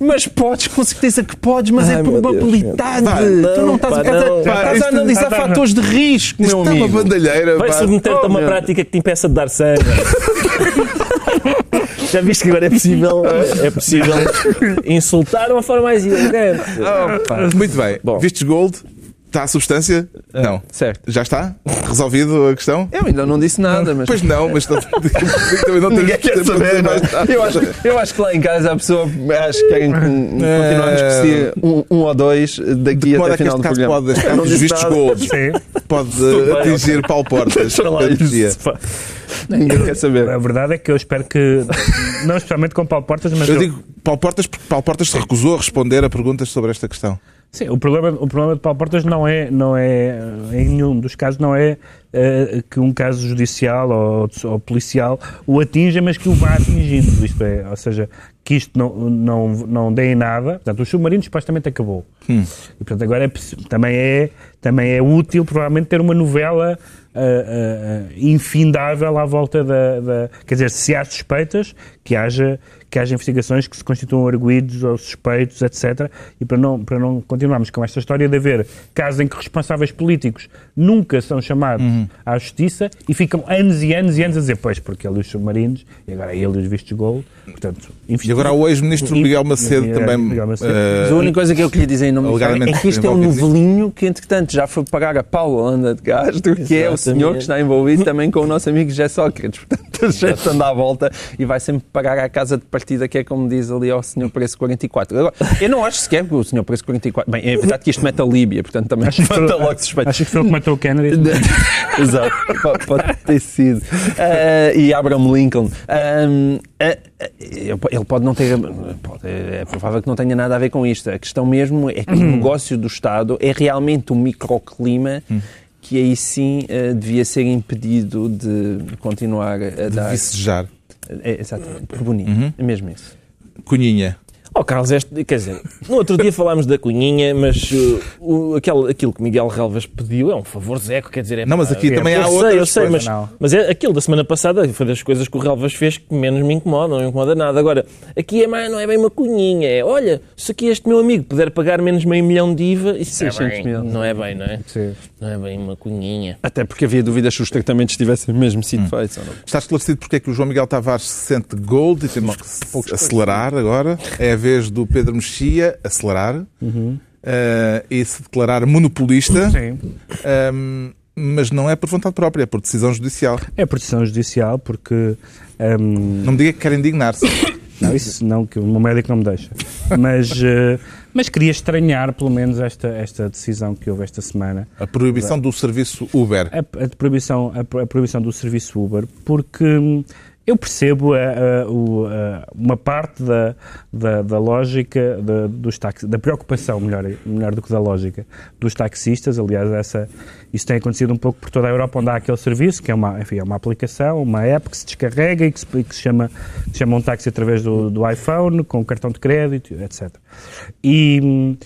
[SPEAKER 3] Mas podes, com certeza que podes, mas
[SPEAKER 5] Ai,
[SPEAKER 3] é
[SPEAKER 5] meu Deus,
[SPEAKER 3] probabilidade.
[SPEAKER 2] Pá,
[SPEAKER 3] tu não estás,
[SPEAKER 5] pá,
[SPEAKER 3] estás a-
[SPEAKER 5] não, pá,
[SPEAKER 3] estás a
[SPEAKER 4] isto-
[SPEAKER 3] analisar
[SPEAKER 4] tá, tá,
[SPEAKER 3] fatores de risco,
[SPEAKER 2] Isto
[SPEAKER 3] meu
[SPEAKER 2] está uma
[SPEAKER 3] amigo.
[SPEAKER 2] bandalheira.
[SPEAKER 5] Vai
[SPEAKER 2] pá.
[SPEAKER 5] submeter-te a uma prática que te impeça de dar sangue. Já viste que agora é possível, é possível insultar de uma forma mais elegante.
[SPEAKER 2] Muito bem.
[SPEAKER 5] Bom.
[SPEAKER 2] Vistos gold, está a substância? Não.
[SPEAKER 3] Ah, Certo.
[SPEAKER 2] Já está? Resolvido a questão?
[SPEAKER 3] é, Eu ainda não disse nada, mas.
[SPEAKER 2] Pois não, mas também não temos
[SPEAKER 3] Ninguém quer
[SPEAKER 2] tempo para
[SPEAKER 3] saber,
[SPEAKER 2] dizer
[SPEAKER 3] não é?
[SPEAKER 2] mais nada.
[SPEAKER 3] eu acho, eu acho que lá em casa a pessoa acho que querem que continuar a discutir um, um ou dois daqui
[SPEAKER 2] É. De que modo
[SPEAKER 3] até
[SPEAKER 2] é
[SPEAKER 3] a
[SPEAKER 2] que este
[SPEAKER 3] final do
[SPEAKER 2] caso
[SPEAKER 3] programa.
[SPEAKER 2] pode, este caso dos vistos gold,
[SPEAKER 4] Sim.
[SPEAKER 2] pode eh, atingir Paulo Portas? durante o dia?
[SPEAKER 3] Ninguém quer saber.
[SPEAKER 4] A verdade é que eu espero que. Não especialmente com Paulo Portas, mas.
[SPEAKER 2] Eu digo Paulo Portas porque Paulo Portas se recusou a responder a perguntas sobre esta questão.
[SPEAKER 4] Sim, o problema, o problema de Paulo Portas não é, não é. Em nenhum dos casos não é eh, que um caso judicial ou, ou policial o atinja, mas que o vá atingindo. Isto é, ou seja, que isto não, não, não dê em nada. Portanto, os submarinos supostamente acabou. E, portanto, agora é possi- também, é, também é útil, provavelmente, ter uma novela ah, ah, ah, infindável à volta da, da- Quer dizer, se há suspeitas, que haja, que haja investigações que se constituam arguídos ou suspeitos, etc. E para não, para não continuarmos com esta história de haver casos em que responsáveis políticos nunca são chamados à justiça e ficam anos e anos e anos a dizer, pois, porque ele e os submarinos, e agora ele e os vistos de gold. Portanto,
[SPEAKER 2] E agora há o ex-ministro
[SPEAKER 4] E-
[SPEAKER 2] Miguel Macedo
[SPEAKER 4] e-
[SPEAKER 2] também.
[SPEAKER 4] Miguel Macedo.
[SPEAKER 2] eh,
[SPEAKER 3] Mas a única coisa que eu queria dizer em nome de Fernando
[SPEAKER 2] Alegadamente
[SPEAKER 3] é que isto é um
[SPEAKER 2] envolvido nisso.
[SPEAKER 3] novelinho que, entretanto, já foi pagar a Paulo Holanda de Castro, que é o
[SPEAKER 5] Exatamente.
[SPEAKER 3] senhor que está envolvido também com o nosso amigo José Sócrates. Portanto, a gente anda à volta e vai sempre pagar à casa de partida, que é como diz ali ao senhor Preço 44. Agora, eu não acho sequer que o senhor Preço 44... Bem, é verdade que isto mete a Líbia, portanto, também
[SPEAKER 4] Acho que foi-
[SPEAKER 3] mata logo suspeito.
[SPEAKER 4] Achas que foi o que matou o Kennedy?
[SPEAKER 3] Exato, P- pode ter sido. Ah, e Abraham Lincoln. Ahm, ah, ah, ele pode não ter. pode- é provável que não tenha nada a ver com isto. A questão mesmo é que o negócio do Estado é realmente um microclima. Que aí sim ah, devia ser impedido de continuar a dar.
[SPEAKER 2] Vicejar.
[SPEAKER 3] É, exatamente, que bonito. É mesmo isso.
[SPEAKER 2] Cunhinha.
[SPEAKER 5] Oh, Carlos, este, quer dizer, no outro dia falámos da Cunhinha, mas uh, o, aquele, aquilo que Miguel Relvas pediu é um favor zeco, quer dizer... É,
[SPEAKER 2] Não, mas aqui
[SPEAKER 4] é,
[SPEAKER 2] também
[SPEAKER 5] eu
[SPEAKER 2] há
[SPEAKER 5] sei,
[SPEAKER 2] outras
[SPEAKER 5] eu sei,
[SPEAKER 2] coisas.
[SPEAKER 5] mas,
[SPEAKER 4] não.
[SPEAKER 5] mas é, aquilo da semana passada foi das coisas que o Relvas fez que menos me incomoda, não me incomoda nada. Agora, aqui é mais, não é bem uma cunhinha, é, olha, se aqui este meu amigo puder pagar menos meio milhão de IVA, isso é
[SPEAKER 3] 600
[SPEAKER 5] bem,
[SPEAKER 3] mil.
[SPEAKER 5] não é bem, não é?
[SPEAKER 4] Sim.
[SPEAKER 5] Não é bem uma cunhinha.
[SPEAKER 3] Até porque havia dúvidas se os tratamentos tivessem mesmo sido feitos ou não.
[SPEAKER 2] Está esclarecido porque é que o João Miguel Tavares se sente gold e temos que se- acelerar agora. É a vez do Pedro Mexia acelerar
[SPEAKER 3] Uhum.
[SPEAKER 2] eh, e se declarar monopolista,
[SPEAKER 4] Sim.
[SPEAKER 2] ehm, mas não é por vontade própria, é por decisão judicial.
[SPEAKER 4] É por decisão judicial, porque. hum,
[SPEAKER 2] Não me diga que quer indignar-se.
[SPEAKER 4] não, isso não, que o meu médico não me deixa. Mas, eh, mas queria estranhar, pelo menos, esta, esta decisão que houve esta semana.
[SPEAKER 2] A proibição do serviço Uber.
[SPEAKER 4] a, a proibição, a, pro- a proibição do serviço Uber, porque hum, eu percebo a- a- o- a- uma parte da, da, da lógica da, dos taxi, da preocupação, melhor, melhor do que da lógica, dos taxistas. Aliás, essa, isso tem acontecido um pouco por toda a Europa, onde há aquele serviço, que é uma, enfim, é uma aplicação, uma app que se descarrega e que se, e que se chama, que se chama um táxi através do, do iPhone, com cartão de crédito, etc. E. hum,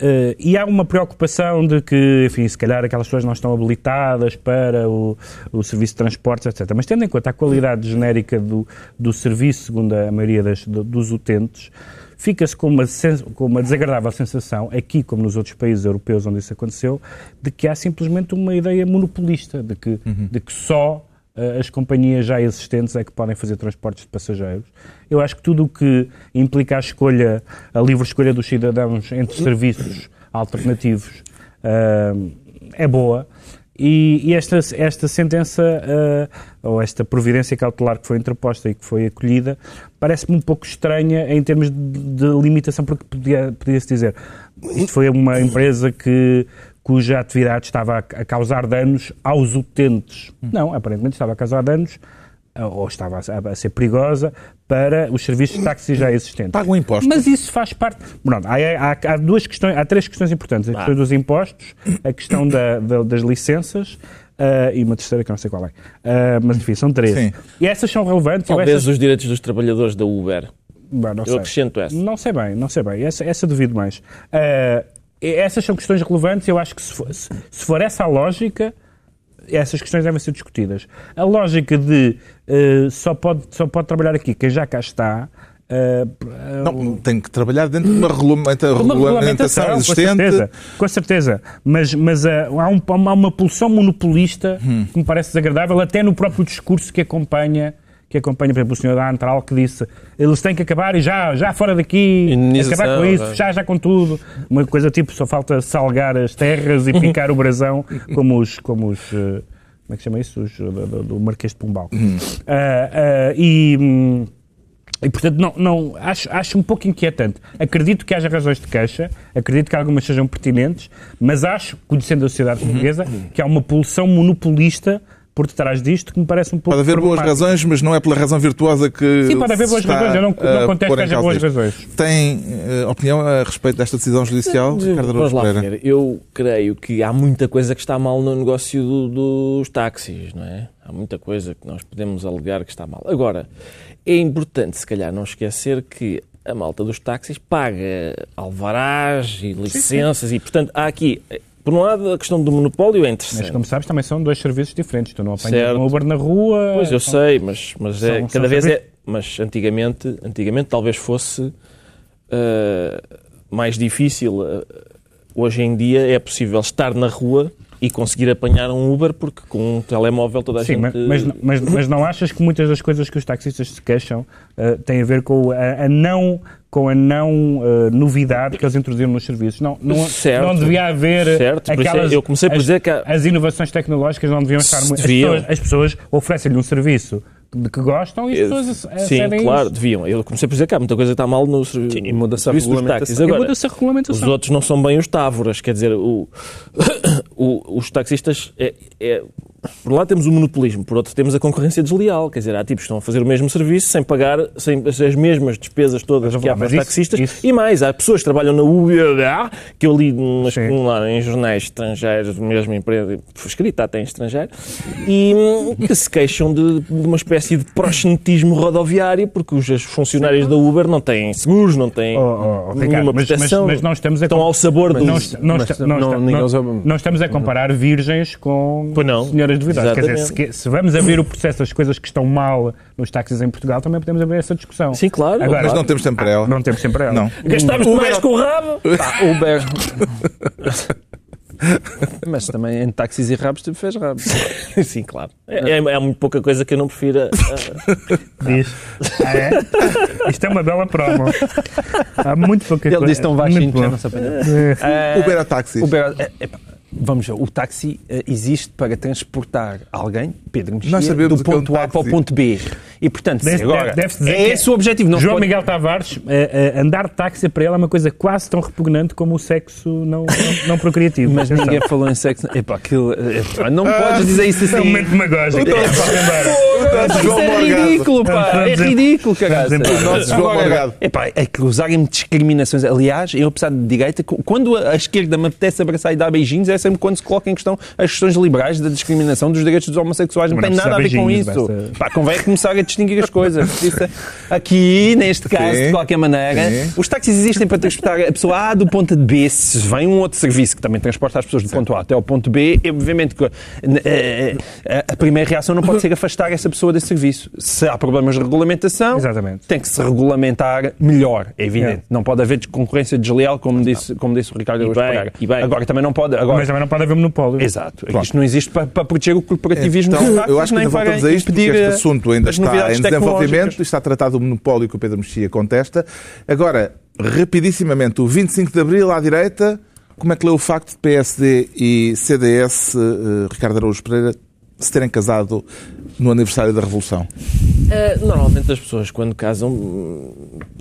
[SPEAKER 4] eh, e há uma preocupação de que, enfim, se calhar aquelas pessoas não estão habilitadas para o, o serviço de transportes, etc. Mas tendo em conta a qualidade genérica do, do serviço, segundo a maioria das- do- dos utentes, fica-se com uma, sen- com uma desagradável sensação, aqui como nos outros países europeus onde isso aconteceu, de que há simplesmente uma ideia monopolista, de que, de que só eh, as companhias já existentes é que podem fazer transportes de passageiros. Eu acho que tudo o que implica a escolha, a livre escolha dos cidadãos entre serviços alternativos ah, é boa. E, e esta, esta sentença, ah, ou esta providência cautelar que foi interposta e que foi acolhida, parece-me um pouco estranha em termos de, de limitação, porque podia- podia-se dizer, isto foi uma empresa que cuja atividade estava a a causar danos aos utentes.
[SPEAKER 5] Hum.
[SPEAKER 4] Não, aparentemente estava a causar danos ah, ou estava a ser- a ser perigosa para os serviços de táxi já existentes.
[SPEAKER 5] Tá.
[SPEAKER 2] Pagam impostos.
[SPEAKER 4] Mas isso faz parte. Pronto, há, há- há duas questões, há três questões importantes: a questão dos impostos, a questão da- da- das licenças ah, e uma terceira que eu não sei qual é. Ah, mas enfim, são três.
[SPEAKER 2] Sim.
[SPEAKER 4] E essas são relevantes. eu
[SPEAKER 5] Talvez
[SPEAKER 4] essas-
[SPEAKER 5] os direitos dos trabalhadores da Uber.
[SPEAKER 4] Bem, não
[SPEAKER 5] Eu
[SPEAKER 4] sei.
[SPEAKER 5] acrescento essa.
[SPEAKER 4] Não sei bem, não sei bem. Essa, essa duvido mais. Ah, essas são questões relevantes. Eu acho que se for, se- se for essa a lógica, essas questões devem ser discutidas. A lógica de ah, só, pode, só pode trabalhar aqui quem já cá está. ah, ah,
[SPEAKER 2] Não, tem que trabalhar dentro de uma regulamenta-
[SPEAKER 4] uma
[SPEAKER 2] regulamentação
[SPEAKER 4] regulamentação, com certeza,
[SPEAKER 2] existente.
[SPEAKER 4] com certeza. Mas, mas ah, há, um- há uma pulsão monopolista que me parece desagradável, até no próprio discurso que acompanha, que acompanha, por exemplo, o senhor da Antral, que disse eles têm que acabar e já, já fora daqui,
[SPEAKER 5] Indenização,
[SPEAKER 4] acabar com isso,
[SPEAKER 5] não é?
[SPEAKER 4] já, já com tudo. Uma coisa tipo, só falta salgar as terras e picar o brasão, como os... Como os eh, como é que chama isso? Os, do, do- do Marquês de Pombal.
[SPEAKER 5] Uhum.
[SPEAKER 4] Ah, ah, e... hum, e, portanto, não, não, acho, acho um pouco inquietante. Acredito que haja razões de queixa, acredito que algumas sejam
[SPEAKER 5] Uhum.
[SPEAKER 4] pertinentes, mas acho, conhecendo a sociedade portuguesa, que há uma pulsão monopolista por detrás disto que me parece um pouco.
[SPEAKER 2] Pode haver boas
[SPEAKER 4] problemático.
[SPEAKER 2] razões, mas não é pela razão virtuosa que.
[SPEAKER 4] Sim, pode haver
[SPEAKER 2] se
[SPEAKER 4] boas
[SPEAKER 2] está
[SPEAKER 4] razões. Eu não- não
[SPEAKER 2] a
[SPEAKER 4] contesto
[SPEAKER 2] pôr
[SPEAKER 4] que
[SPEAKER 2] em
[SPEAKER 4] haja
[SPEAKER 2] causa
[SPEAKER 4] boas
[SPEAKER 2] disto.
[SPEAKER 4] razões.
[SPEAKER 2] Tem eh, opinião a respeito desta decisão judicial,
[SPEAKER 4] Eh,
[SPEAKER 2] Ricardo
[SPEAKER 5] Vamos
[SPEAKER 2] Araújo
[SPEAKER 5] lá,
[SPEAKER 2] Pereira?
[SPEAKER 5] Ferreira. Eu creio que há muita coisa que está mal no negócio do- dos táxis, não é? Há muita coisa que nós podemos alegar que está mal. Agora, é importante, se calhar, não esquecer que a malta dos táxis paga alvarás e licenças e, portanto, há aqui, por um lado, a questão do monopólio é
[SPEAKER 4] Mas
[SPEAKER 5] interessante.
[SPEAKER 4] como sabes, também são dois serviços diferentes. Tu não apanhas
[SPEAKER 5] Certo.
[SPEAKER 4] um Uber na rua.
[SPEAKER 5] Pois, eu
[SPEAKER 4] são-
[SPEAKER 5] sei, mas, mas é,
[SPEAKER 4] são-
[SPEAKER 5] cada
[SPEAKER 4] são
[SPEAKER 5] vez
[SPEAKER 4] serviços-
[SPEAKER 5] é... Mas antigamente, antigamente talvez fosse ah, mais difícil. Ah, hoje em dia é possível estar na rua e conseguir apanhar um Uber, porque com um telemóvel toda a
[SPEAKER 4] Sim, mas,
[SPEAKER 5] gente... eh,
[SPEAKER 4] mas, mas, mas não achas que muitas das coisas que os taxistas se queixam eh, têm a ver com a, a não, com a não eh, novidade que eles introduziram nos serviços? Não, não,
[SPEAKER 5] Certo.
[SPEAKER 4] não devia haver
[SPEAKER 5] Certo, por isso é-
[SPEAKER 4] aquelas...
[SPEAKER 5] eu comecei por
[SPEAKER 4] as,
[SPEAKER 5] dizer que há-
[SPEAKER 4] As inovações tecnológicas não deviam estar... muito- As
[SPEAKER 5] Deviam.
[SPEAKER 4] pessoas, as pessoas oferecem-lhe um serviço de que gostam e as pessoas ac-
[SPEAKER 5] Sim,
[SPEAKER 4] acedem a
[SPEAKER 5] claro,
[SPEAKER 4] isso.
[SPEAKER 5] deviam. Eu comecei por dizer que há muita coisa que está mal no servi-
[SPEAKER 3] Sim, e
[SPEAKER 5] no
[SPEAKER 3] muda-se a
[SPEAKER 5] serviço dos
[SPEAKER 3] regulamentação.
[SPEAKER 5] táxis.
[SPEAKER 3] E
[SPEAKER 5] Agora,
[SPEAKER 4] muda-se a regulamentação.
[SPEAKER 5] os outros não são bem os távoras, quer dizer, o- o- os taxistas... é- é- por um lado temos o monopolismo, por outro temos a concorrência desleal, quer dizer, há tipos que estão a fazer o mesmo serviço sem pagar sem, as mesmas despesas todas
[SPEAKER 4] Mas, é
[SPEAKER 5] que há para
[SPEAKER 4] mas
[SPEAKER 5] os
[SPEAKER 4] isso-
[SPEAKER 5] taxistas.
[SPEAKER 4] isso-
[SPEAKER 5] E mais, há pessoas que trabalham na UBA, que eu li umas
[SPEAKER 4] Sim.
[SPEAKER 5] lá em jornais estrangeiros, mesmo empresa escrita até em estrangeiro, e hum, que se queixam de, de uma espécie de proxenetismo rodoviário, porque os os funcionários da Uber não têm seguros, não têm
[SPEAKER 4] Oh, oh, oh, Ricardo,
[SPEAKER 5] nenhuma
[SPEAKER 4] mas- mas-
[SPEAKER 5] proteção,
[SPEAKER 4] mas não estamos a
[SPEAKER 5] estão
[SPEAKER 4] com-
[SPEAKER 5] Então, ao sabor
[SPEAKER 4] Mas
[SPEAKER 5] do...
[SPEAKER 4] não, est- não,
[SPEAKER 3] mas
[SPEAKER 4] est-
[SPEAKER 3] não-
[SPEAKER 4] não,
[SPEAKER 3] não-
[SPEAKER 4] est-
[SPEAKER 3] ninguém
[SPEAKER 4] não-
[SPEAKER 3] usa-
[SPEAKER 4] não estamos a comparar virgens com
[SPEAKER 5] Pois não.
[SPEAKER 4] senhoras duvidosas. Quer dizer, se,
[SPEAKER 5] Exatamente.
[SPEAKER 4] que- se vamos abrir o processo das coisas que estão mal nos táxis em Portugal, também podemos abrir essa discussão.
[SPEAKER 5] Sim, claro.
[SPEAKER 4] Agora,
[SPEAKER 2] Mas não temos tempo para ela.
[SPEAKER 4] Ah, não temos sempre ela.
[SPEAKER 2] Não.
[SPEAKER 5] Gastámos mais com o rabo? Pá, Uber...
[SPEAKER 3] Mas também em táxis e rabos tu fez rabos.
[SPEAKER 5] Sim, claro. É, é, é muito pouca coisa que eu não Ah, prefiro. a-
[SPEAKER 4] Diz. Ah, é? Isto é uma bela promo. Há muito pouca
[SPEAKER 3] Ele
[SPEAKER 4] coisa.
[SPEAKER 3] disse tão baixinho
[SPEAKER 4] Muito
[SPEAKER 3] que já
[SPEAKER 4] bom. Eh,
[SPEAKER 3] não se apanhou.
[SPEAKER 2] Uber a táxis.
[SPEAKER 3] Ah, Uber, é, é, pá, vamos ver, o táxi eh, existe para transportar alguém, Pedro Mexia,
[SPEAKER 2] Nós sabemos
[SPEAKER 3] do
[SPEAKER 2] o que é um
[SPEAKER 3] ponto A para o
[SPEAKER 2] táxi.
[SPEAKER 3] ponto B. E portanto, se
[SPEAKER 4] Deve-
[SPEAKER 3] agora,
[SPEAKER 4] deve-se dizer
[SPEAKER 3] é
[SPEAKER 4] que
[SPEAKER 3] esse o objetivo. Não se
[SPEAKER 4] João
[SPEAKER 3] pode-
[SPEAKER 4] Miguel Tavares, eh, eh, andar de táxi para ele é uma coisa quase tão repugnante como o sexo não, não, não procriativo.
[SPEAKER 3] Mas
[SPEAKER 4] Atenção.
[SPEAKER 3] ninguém falou em sexo. Epá, aquilo, epá, não
[SPEAKER 2] Ah,
[SPEAKER 3] podes dizer isso
[SPEAKER 4] É um
[SPEAKER 3] assim.
[SPEAKER 4] momento demagógico. É. Vamos embora.
[SPEAKER 2] nosso
[SPEAKER 3] Isso
[SPEAKER 2] João
[SPEAKER 3] é
[SPEAKER 2] Morgado.
[SPEAKER 3] ridículo, pá.
[SPEAKER 4] Vamos
[SPEAKER 3] É
[SPEAKER 4] em-
[SPEAKER 3] ridículo, caralho.
[SPEAKER 4] vamos embora. O
[SPEAKER 2] nosso João
[SPEAKER 3] Agora,
[SPEAKER 2] Morgado.
[SPEAKER 3] Epá, é que usarem discriminações. Aliás, eu, apesar de direita, cu- quando a a esquerda me apetece abraçar e dar beijinhos, é sempre quando se coloca em questão as questões liberais da discriminação dos direitos dos homossexuais. Não
[SPEAKER 4] Mas
[SPEAKER 3] tem
[SPEAKER 4] não
[SPEAKER 3] nada a ver
[SPEAKER 4] precisa
[SPEAKER 3] com
[SPEAKER 4] beijinhos,
[SPEAKER 3] isso.
[SPEAKER 4] basta-
[SPEAKER 3] Pá, convém começar a distinguir as coisas. Por isso, Aqui, neste caso,
[SPEAKER 2] Sim.
[SPEAKER 3] de qualquer maneira,
[SPEAKER 2] Sim.
[SPEAKER 3] os táxis existem para transportar a pessoa A do ponto de B. Se vem um outro serviço que também transporta as pessoas do ponto A até ao ponto B, é obviamente que eh, eh, a primeira reação não pode ser afastar essa pessoa desse serviço. Se há problemas de regulamentação,
[SPEAKER 4] Exatamente.
[SPEAKER 3] tem que se regulamentar melhor, é evidente.
[SPEAKER 4] É.
[SPEAKER 3] Não pode haver concorrência desleal, como
[SPEAKER 2] Então.
[SPEAKER 3] disse, como disse o Ricardo Araújo
[SPEAKER 5] bem,
[SPEAKER 3] Pereira.
[SPEAKER 5] e bem.
[SPEAKER 3] Agora também não pode. Agora,
[SPEAKER 4] Mas
[SPEAKER 2] é
[SPEAKER 4] também não pode haver monopólio.
[SPEAKER 3] Exato. É Isto não existe para, para proteger o corporativismo
[SPEAKER 2] Então,
[SPEAKER 3] dos táxis,
[SPEAKER 2] eu acho que
[SPEAKER 3] nem
[SPEAKER 2] ainda
[SPEAKER 3] para
[SPEAKER 2] voltamos a isto, porque
[SPEAKER 3] impedir,
[SPEAKER 2] este
[SPEAKER 3] eh,
[SPEAKER 2] assunto ainda
[SPEAKER 3] as
[SPEAKER 2] está
[SPEAKER 3] novidades
[SPEAKER 2] em
[SPEAKER 3] tecnológicas.
[SPEAKER 2] desenvolvimento, está tratado o monopólio que o Pedro Mexia contesta. Agora, rapidissimamente, o 25 de Abril à direita, como é que leu o facto de PSD e CDS, eh, Ricardo Araújo Pereira, se terem casado no aniversário da Revolução?
[SPEAKER 5] Ah, normalmente as pessoas, quando casam, hum,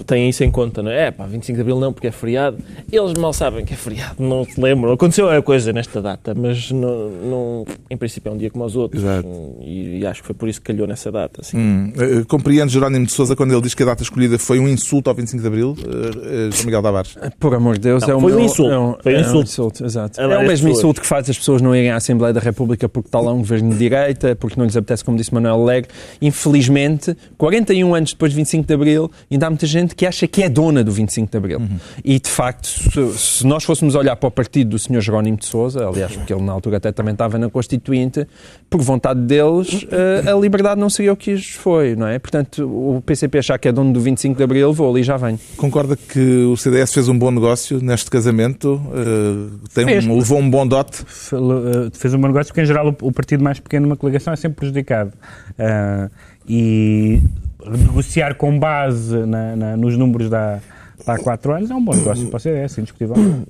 [SPEAKER 5] têm isso em conta, não é? É, pá, 25 de Abril não, porque é feriado. Eles mal sabem que é feriado, não se lembram. Aconteceu a coisa nesta data, mas não, não- em princípio é um dia como os outros.
[SPEAKER 2] Exato.
[SPEAKER 5] Hum, E, e acho que foi por isso que calhou nessa data. Assim.
[SPEAKER 2] Hum, eh, compreendo Jerónimo de Souza quando ele diz que a data escolhida foi um insulto ao 25 de Abril, eh, eh, João Miguel Tavares.
[SPEAKER 3] Por amor de Deus,
[SPEAKER 5] Não,
[SPEAKER 3] é o
[SPEAKER 5] foi um
[SPEAKER 3] meu-
[SPEAKER 5] insulto.
[SPEAKER 3] É um,
[SPEAKER 5] Foi um
[SPEAKER 3] é um
[SPEAKER 5] insulto.
[SPEAKER 3] exato.
[SPEAKER 5] Agora,
[SPEAKER 3] É o
[SPEAKER 5] as
[SPEAKER 3] mesmo
[SPEAKER 5] pessoas-
[SPEAKER 3] insulto que faz as pessoas não irem à Assembleia da República porque está lá um governo de direita, porque não lhes apetece, como disse Manuel Alegre. Infelizmente, 41 anos depois de 25 de Abril, ainda há muita gente que acha que é dona do 25 de Abril.
[SPEAKER 5] Uhum.
[SPEAKER 3] E, de facto, se, se nós fôssemos olhar para o partido do Sr. Jerónimo de Souza, aliás, porque ele na altura até também estava na Constituinte, por vontade deles, eh, a liberdade não seria o que lhes foi, não é? Portanto, o PCP achar que é dono do 25 de Abril, vou ali e já venho.
[SPEAKER 2] Concorda que o CDS fez um bom negócio neste casamento? Eh, tem um-
[SPEAKER 4] Fez.
[SPEAKER 2] levou um bom dote?
[SPEAKER 4] Fe- eh, fez um bom negócio, porque em geral o, o partido mais pequeno numa coligação é sempre prejudicado. Ah, e negociar com base na- na- nos números da. Há quatro anos é um bom negócio para o CDS, indiscutivelmente.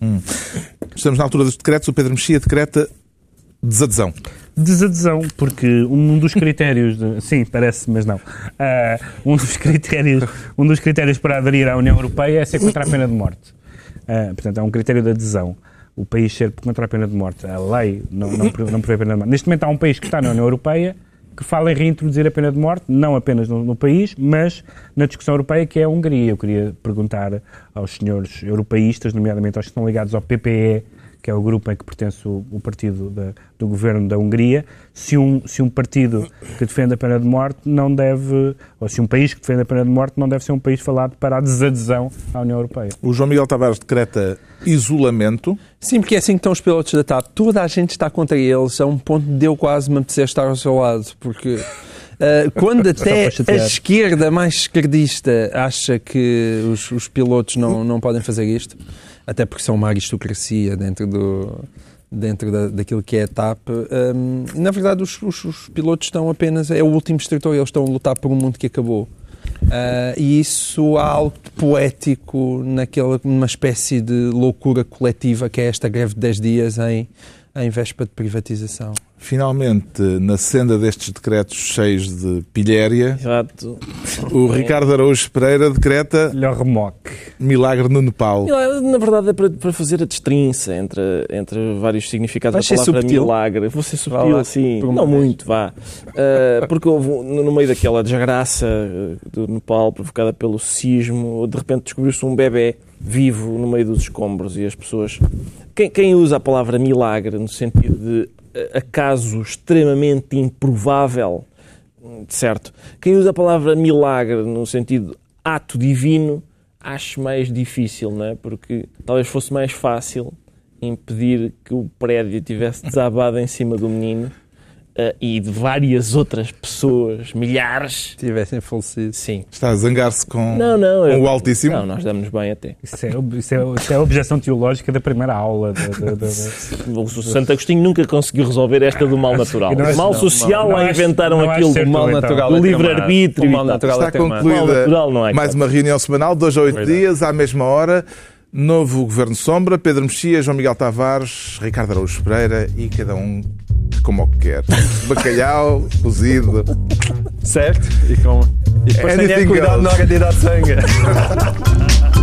[SPEAKER 2] Estamos na altura dos decretos. O Pedro Mexia decreta desadesão.
[SPEAKER 4] Desadesão, porque um dos critérios. de- sim, parece, mas não. Ah, um, dos critérios, um dos critérios para aderir à União Europeia é ser contra a pena de morte. Ah, portanto, é um critério de adesão. o país ser contra a pena de morte. A lei não, não, pre- não prevê a pena de morte. Neste momento há um país que está na União Europeia que fala em reintroduzir a pena de morte, não apenas no, no país, mas na discussão europeia, que é a Hungria. Eu queria perguntar aos senhores europeístas, nomeadamente aos que estão ligados ao PPE, que é o grupo em que pertence o, o partido da- do governo da Hungria, se um, se um partido que defende a pena de morte não deve, ou se um país que defende a pena de morte não deve ser um país falado para a desadesão à União Europeia.
[SPEAKER 2] O João Miguel Tavares decreta isolamento.
[SPEAKER 3] Sim, porque é assim que estão os pilotos da TAP. Toda a gente está contra eles, a um ponto de eu quase me apetecer estar ao seu lado, porque ah, quando até
[SPEAKER 4] para
[SPEAKER 3] a
[SPEAKER 4] chatear.
[SPEAKER 3] esquerda mais esquerdista acha que os, os pilotos não, não podem fazer isto, até porque são uma aristocracia dentro do dentro da, daquilo que é a TAP, hum, na verdade os, os- os pilotos estão apenas, é o último extrator, eles estão a lutar por um mundo que acabou. Ah, e isso há algo de poético naquela numa espécie de loucura coletiva que é esta greve de 10 dias em, em véspera de privatização.
[SPEAKER 2] Finalmente, na senda destes decretos cheios de pilhéria,
[SPEAKER 5] Exato.
[SPEAKER 2] o Ricardo Araújo Pereira decreta
[SPEAKER 4] Melhor remoque.
[SPEAKER 2] milagre no Nepal.
[SPEAKER 5] Milagre, Na verdade, é para, para fazer a destrinça entre, entre vários significados
[SPEAKER 3] Vais
[SPEAKER 5] da
[SPEAKER 3] ser
[SPEAKER 5] palavra
[SPEAKER 3] subtil?
[SPEAKER 5] milagre. Vou ser
[SPEAKER 3] Vá
[SPEAKER 5] subtil,
[SPEAKER 3] lá,
[SPEAKER 5] sim.
[SPEAKER 3] por uma
[SPEAKER 5] Não
[SPEAKER 3] vez.
[SPEAKER 5] muito, vá. Ah, porque houve, um- no meio daquela desgraça eh, do Nepal provocada pelo sismo, de repente descobriu-se um bebê vivo no meio dos escombros e as pessoas. Quem, quem usa a palavra milagre no sentido de eh, acaso extremamente improvável, hum, certo? Quem usa a palavra milagre no sentido de ato divino, acho mais difícil, não é? Porque talvez fosse mais fácil impedir que o prédio tivesse desabado em cima do menino eh, e de várias outras pessoas, milhares.
[SPEAKER 3] Tivessem falecido.
[SPEAKER 5] Sim.
[SPEAKER 2] Está a zangar-se com,
[SPEAKER 5] Não, não.
[SPEAKER 2] com
[SPEAKER 5] eu-
[SPEAKER 4] Um
[SPEAKER 2] o Altíssimo.
[SPEAKER 5] Não, nós damos bem até.
[SPEAKER 4] Isso é, ob- isso é- isso é a objeção teológica da primeira aula. da- da- da- da-
[SPEAKER 5] O Santo Agostinho nunca conseguiu resolver esta do mal natural.
[SPEAKER 4] Não é-
[SPEAKER 5] O mal
[SPEAKER 4] não,
[SPEAKER 5] social
[SPEAKER 4] não,
[SPEAKER 5] lá
[SPEAKER 4] não é-
[SPEAKER 5] inventaram
[SPEAKER 4] não é
[SPEAKER 5] aquilo
[SPEAKER 4] certo,
[SPEAKER 5] do mal
[SPEAKER 4] então.
[SPEAKER 5] natural.
[SPEAKER 4] natural
[SPEAKER 5] Do livre-arbítrio.
[SPEAKER 3] O
[SPEAKER 5] e
[SPEAKER 3] mal
[SPEAKER 5] tal.
[SPEAKER 3] natural
[SPEAKER 2] Está
[SPEAKER 3] é teimado.
[SPEAKER 2] concluída
[SPEAKER 5] Mal natural não é
[SPEAKER 2] mais
[SPEAKER 5] caso.
[SPEAKER 2] uma reunião semanal, dois a oito dias, à mesma hora. Novo Governo Sombra, Pedro Mexia, João Miguel Tavares, Ricardo Araújo Pereira e cada um como o que quer. Bacalhau, cozido.
[SPEAKER 3] Certo? E, com... e depois tenha
[SPEAKER 2] Anything
[SPEAKER 3] cuidado
[SPEAKER 2] else?
[SPEAKER 3] na hora de ir dar sangue.